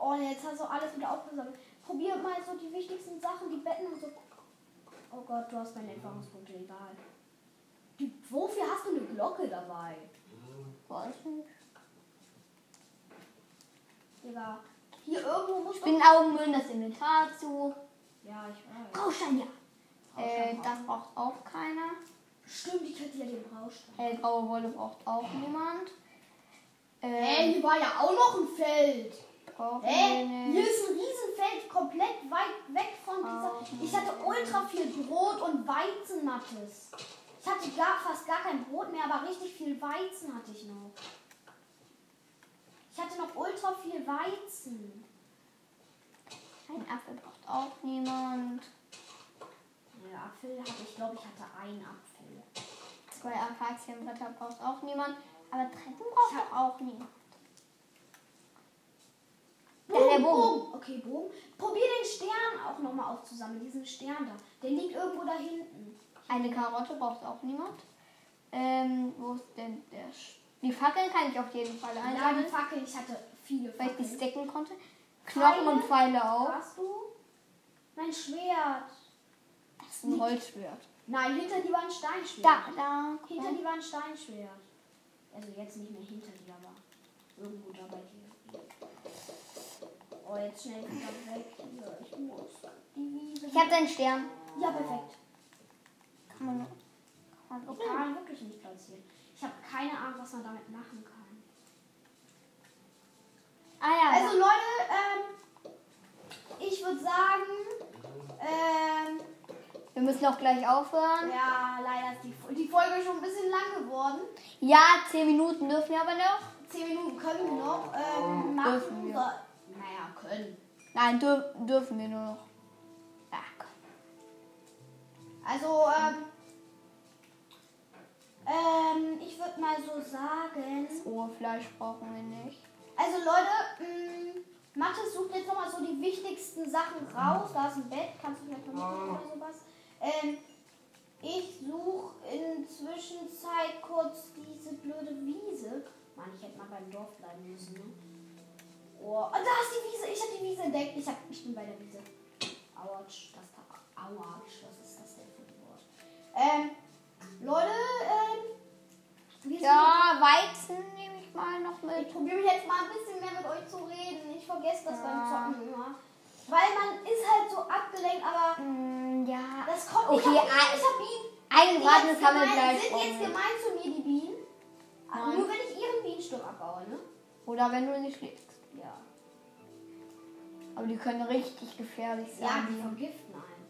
Oh, jetzt hast du alles wieder aufgesammelt. Probier mal so die wichtigsten Sachen, die Betten und so. Oh Gott, du hast meine Erfahrungspunkte, egal. Die, wofür hast du eine Glocke dabei?
Weiß nicht.
Digga, Hier irgendwo muss
Bin Augenmüll, das Inventar zu.
Ja, ich weiß.
Graustein, ja. Äh,
Graustein
das braucht auch keiner.
Stimmt, ich hätte ja den Rauschstein.
Äh, graue Wolle braucht auch niemand.
Ey,
Äh,
hier war ja auch noch ein Feld.
brauchen
Ey,
wir
hier
nicht.
ist ein Riesenfeld, komplett weit weg von dieser. Ich hatte ultra viel Brot und Weizenmattes. Ich hatte gar, fast gar kein Brot mehr, aber richtig viel Weizen hatte ich noch. Ich hatte noch ultra viel Weizen.
Ein Apfel braucht auch niemand.
Ja, Apfel hatte ich, glaube ich, hatte einen Apfel.
Zwei Akazienblätter braucht auch niemand. Aber Treppen braucht doch auch niemand. Der, der Bogen.
Okay, Bogen. Probier den Stern auch nochmal aufzusammeln, diesen Stern da. Der liegt irgendwo da hinten.
Eine Karotte braucht auch niemand. Ähm, wo ist denn der... Sch die Fackel kann ich auf jeden Fall
Ja,
einsammeln,
die Fackel, ich hatte viele
weil ich die
Fackeln.
stacken konnte. Knochen und Pfeile auch.
Hast du? Mein Schwert.
Das ist ein Holzschwert.
Nein, hinter dir war ein Steinschwert.
Da, da.
Hinter dir war ein Steinschwert. Also jetzt nicht mehr hinter dir, aber irgendwo da bei dir. Oh, jetzt schnell wieder weg. Hier, ich muss die Wiese.
Ich habe deinen Stern.
ja, perfekt.
Kann man, kann man
Ich kann wirklich nicht platzieren. Ich habe keine Ahnung, was man damit machen kann.
Ah ja,
Also Leute, ähm, ich würde sagen, ähm,
da. wir müssen auch gleich aufhören.
ja, leider ist die, die Folge schon ein bisschen lang geworden.
Ja, 10 Minuten dürfen wir aber noch.
10 Minuten können wir noch. Ähm, machen
Oh, Dürfen wir.
soll- Naja, können.
Nein, dür dürfen wir nur noch. Ja, komm.
Also, ähm, ähm, ich würde mal so sagen.
Rohe Fleisch brauchen wir nicht.
Also Leute, mh, Mathis sucht jetzt nochmal so die wichtigsten Sachen raus. Da ist ein Bett, kannst du vielleicht noch mitnehmen oder sowas. Ähm, ich suche in Zwischenzeit kurz diese blöde Wiese. Mann, ich hätte mal beim Dorf bleiben müssen, ne? Oh, und da ist die Wiese. Ich habe die Wiese entdeckt. Ich, hab, ich bin bei der Wiese. Autsch, das tat. Autsch, was ist das denn für ein Wort? Ähm, Leute, ähm, wir sind
Ja, Weizen nehme ich mal noch
ich
mit.
probiere jetzt mal ein bisschen mehr mit euch zu reden. Ich vergesse das
Ja.
beim Zocken immer. Weil man ist halt so abgelenkt, aber
Mm, ja.
das kommt
Okay, ah,
Ich hab,
ein-
ich hab Bienen. die
Eingebratenes
jetzt gemein,
Hammelfleisch
sind jetzt
brauchen wir. um
gemein zu mir, die Bienen. Aber
Nein.
Nur wenn ich ihren Bienenstock abbaue, ne?
Oder wenn du sie schlägst.
Ja.
Aber die können richtig gefährlich sein.
Ja, die vergiften einen.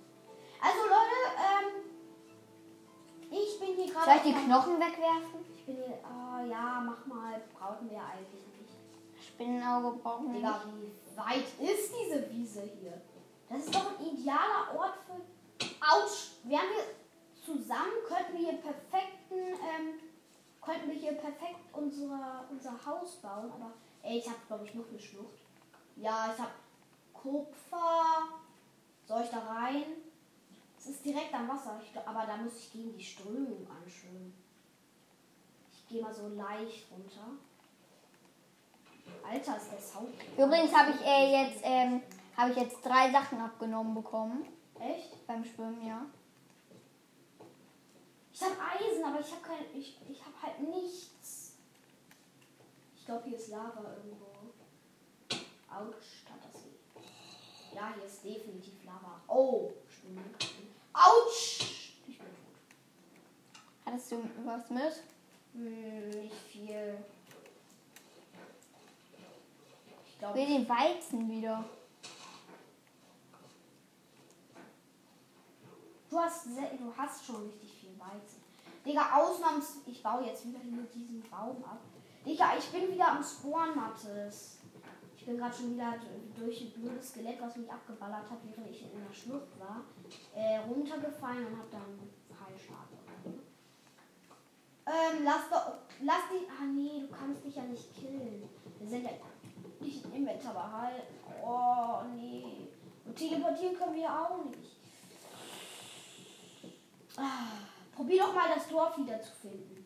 Also Leute, ähm, ich bin hier gerade.
Soll ich die
auf-
Knochen wegwerfen?
Ich bin hier. Ah, ja, mach mal. Brauchen wir eigentlich nicht.
Spinnenauge brauchen wir
Digga,
nicht.
wie weit ist diese Wiese hier? Das ist doch ein idealer Ort für. Autsch! Wären wir zusammen, könnten wir hier perfekten, ähm, könnten wir hier perfekt unser, unser Haus bauen, aber. Ey, ich hab glaube ich noch eine Schlucht. Ja, ich hab Kupfer. Soll ich da rein? Es ist direkt am Wasser, ich glaub, aber da muss ich gegen die Strömung anschwimmen. Ich gehe mal so leicht runter. Alter, ist der Sound.
Übrigens habe ich äh, jetzt ähm, habe ich jetzt drei Sachen abgenommen bekommen
Echt?
beim Schwimmen, ja.
Ich habe Eisen, aber ich habe kein. Ich, ich habe halt nichts. Ich glaube, hier ist Lava irgendwo. Autsch, tat das weh. Ja, hier ist definitiv Lava. Oh, Spinne. Autsch! Ich bin tot.
Hattest du was mit?
Hm, nicht viel. Ich
Will
glaube.
den Weizen wieder.
Du hast, se- du hast schon richtig viel Weizen. Digga, ausnahms. Ich baue jetzt wieder hier diesen Baum ab. Digga, ich bin wieder am Spawn, Mattes. Ich bin gerade schon wieder d- durch ein blödes Skelett, was mich abgeballert hat, während ich in der Schlucht war, äh, runtergefallen und hab dann Heilschaden bekommen. Ähm, lass doch. Lass dich. Ah, nee, du kannst dich ja nicht killen. Wir sind ja nicht im Inventar behalten. Oh, nee. Und teleportieren können wir ja auch nicht. Ah, probier doch mal das Dorf wieder zu finden.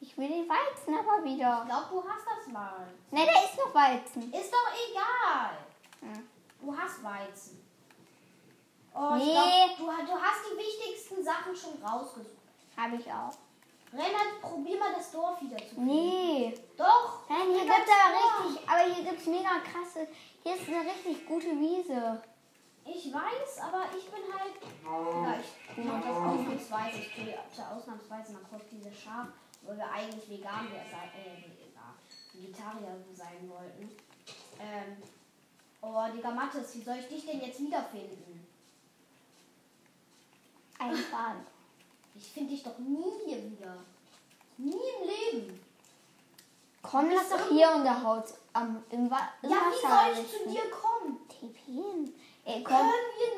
Ich will den Weizen aber
Ich
wieder.
glaube, du hast das mal.
Ne, da ist noch Weizen.
Ist doch egal.
Hm.
Du hast Weizen. Oh, ich
Nee.
glaub, du, ha- du hast die wichtigsten Sachen schon rausgesucht.
Habe ich auch.
Reinhard, probier mal das Dorf wieder zu finden.
Nee.
Doch.
Nein, hier
gab's
gibt es aber
Dorf.
richtig, aber hier gibt es mega krasse, hier ist eine richtig gute Wiese.
Ich weiß, aber ich bin halt. Ja, ich halt mache das ausnahmsweise. Ich tue ja ausnahmsweise mal kurz diese Schaf, weil wir eigentlich vegan wär- sei- äh, vegan, Vegetarier sein wollten. Ähm. Oh, Digga Mattes, wie soll ich dich denn jetzt wiederfinden?
Einfach.
Ich finde dich doch nie hier wieder. Nie im Leben.
Komm, lass doch hier unter Haut am, im, Wa im
Ja, wie
Wasser.
soll ich zu dir kommen?
TP hin. Ey,
Können
komm,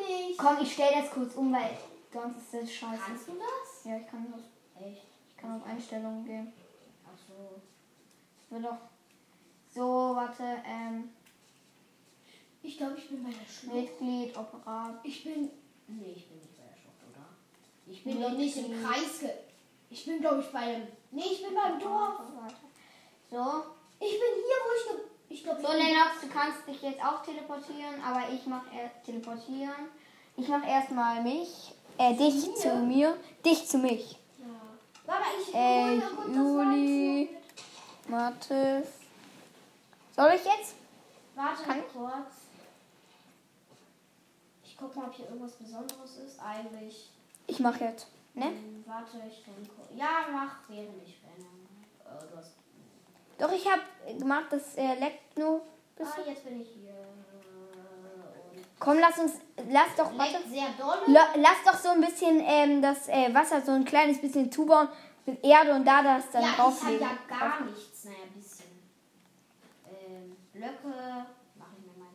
wir nicht.
komm, ich stell das kurz um, weil sonst ist das scheiße.
Kannst du das?
Ja, ich kann, auf-
Echt?
ich kann auf Einstellungen gehen.
Ach so.
Ich will doch. So, warte, ähm,
Ich glaube, ich bin bei der Schlucht.
Mitglied, Operat.
Ich bin. Nee, ich bin nicht bei der Schlucht, oder? Ich bin
Nee,
doch nicht im
nee.
Kreis. Ge ich bin, glaube ich, bei dem. Nee, ich bin beim Dorf.
Warte. So.
Ich bin hier, wo ich. Ge ich glaube,
So, Lennox, du kannst dich jetzt auch teleportieren, aber ich mach erst teleportieren. Ich mach erstmal mich, äh, dich
Mir?
zu mir, dich zu mich.
Ja. Warte, ich
Äh,
hole kurz das
Juli.
Weizen.
Mathis. Soll ich jetzt?
Warte
Kann
kurz. Ich guck mal, ob hier irgendwas Besonderes ist. Eigentlich.
Ich mach jetzt. Ne?
Hm, Warte, ich kann. gu- Ja, mach während ich renne. Äh, du hast.
Doch, ich hab gemacht, das äh, leckt nur.
Ah, jetzt bin ich hier. Und
Komm, lass uns, lass doch, warte.
leckt sehr dolle.
La- Lass doch so ein bisschen ähm, das äh, Wasser so ein kleines bisschen zubauen mit Erde und da das dann
ja,
drauflegen.
ich habe ja gar nichts. Naja, ein bisschen. Ähm, Blöcke. Mach ich mir mal.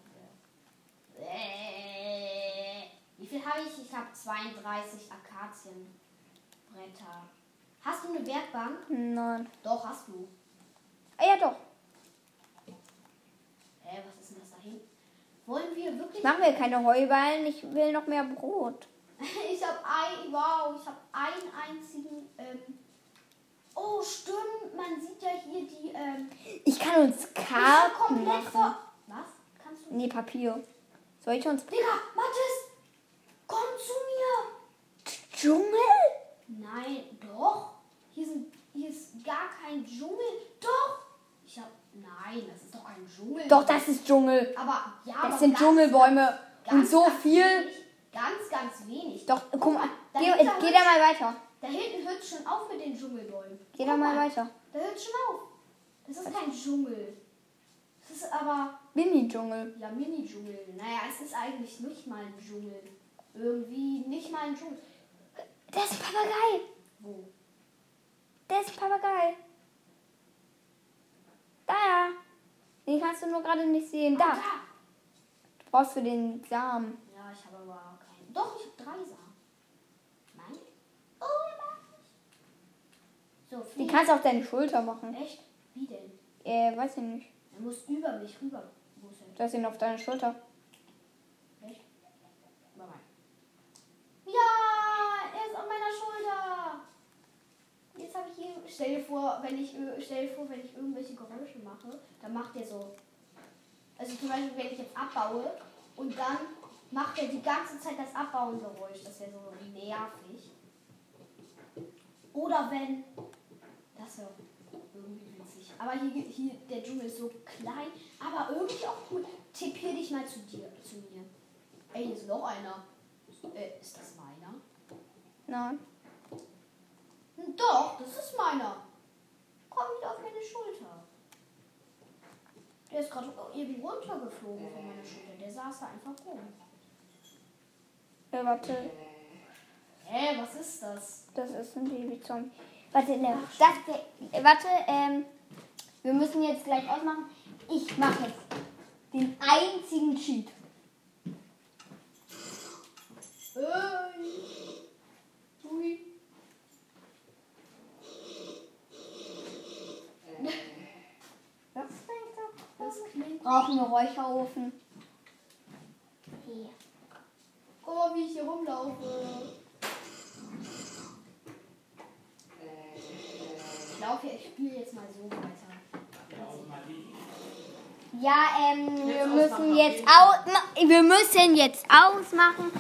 hier. Äh, wie viel habe ich? Ich habe 32 Akazienbretter. Hast du eine Werkbank?
Nein.
Doch, hast du.
Ah, ja, doch.
Äh, was ist denn das da hinten? Wollen wir wirklich.
Machen wir keine Heuballen, ich will noch mehr Brot.
*laughs* Ich habe ein. Wow, ich habe einen einzigen. Ähm, oh, stimmt. Man sieht ja hier die. Ähm,
Ich kann uns
ich hab
Karten machen.
ver- Was? Kannst du
Nee, Papier. Soll ich uns...
Digga, Mathis, komm zu mir.
Dschungel?
Nein, doch. Hier, sind, hier ist gar kein Dschungel. Doch. Ich hab. Nein, das ist doch ein Dschungel.
Doch, das ist Dschungel.
Aber ja, aber
Das sind
ganz-
Dschungelbäume. Und
ganz,
so
ganz
viel...
Wenig, ganz, ganz wenig.
Doch, guck mal.
Da
Geh,
hinten-
geh da mal weiter.
Da hinten hört schon auf mit den Dschungelbäumen.
Geh da
Guck
mal weiter.
Da hört schon auf. Das ist kein Dschungel. Das ist aber.
Mini-Dschungel.
Ja, Mini-Dschungel. Naja, es ist eigentlich nicht mal ein Dschungel. Irgendwie nicht mal ein Dschungel.
Das ist ein Papagei.
Wo?
Das ist ein Papagei. Da, ja. Den kannst du nur gerade nicht sehen.
Ah,
Da.
da.
Brauchst du den Samen?
Ja, ich habe aber keinen. Doch, ich habe drei Samen. Nein? Oh, nein. So,
Den
flieg.
kannst du auf deine Schulter machen.
Echt? Wie denn?
Äh, weiß ich nicht.
Er muss über mich rüber. Wo ist er?
Du hast ihn auf deiner Schulter.
Echt? Warte mal. Ja, er ist auf meiner Schulter. Jetzt habe ich ihn. Stell dir vor, wenn ich ir- stell dir vor, wenn ich irgendwelche Geräusche mache, dann macht er so. Also zum Beispiel, wenn ich jetzt abbaue und dann macht er die ganze Zeit das Abbauengeräusch. Das wäre so nervig. Oder wenn. Das wäre irgendwie witzig. Aber hier, hier, der Dschungel ist so klein, aber irgendwie auch cool. Tippier dich mal zu dir, zu mir. Ey, hier ist noch einer. Äh, ist das meiner?
Nein.
Hm, Doch, das ist meiner. Komm wieder auf meine Schulter. Der ist gerade irgendwie runtergeflogen von meiner Schulter. Der saß da einfach rum.
Äh, warte.
Hä, was ist das?
Das ist ein Babyzombie. Warte, ne. Das, wär- äh, warte, ähm. Wir müssen jetzt gleich ausmachen. Ich mache jetzt den einzigen Cheat.
Ey. Ui.
Was denkst du?
Das klingt.
Brauchen wir Räucherofen. Hier.
Guck mal, wie ich hier rumlaufe. Ich laufe, ich spiele jetzt mal so weiter.
Ja, ähm, wir
Jetzt
müssen
ausmachen.
jetzt aus, wir müssen jetzt ausmachen.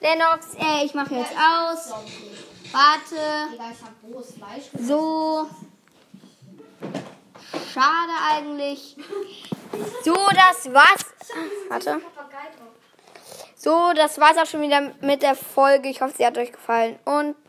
Lennox, äh, ich mache jetzt
Ja, ich-
aus.
Zombie.
Warte.
Digga, ich hab rohes Fleisch gegessen.
So. Schade eigentlich. So, das war's. Warte.
Papagei drauf.
So, das war's auch schon wieder mit der Folge. Ich hoffe, sie hat euch gefallen. Und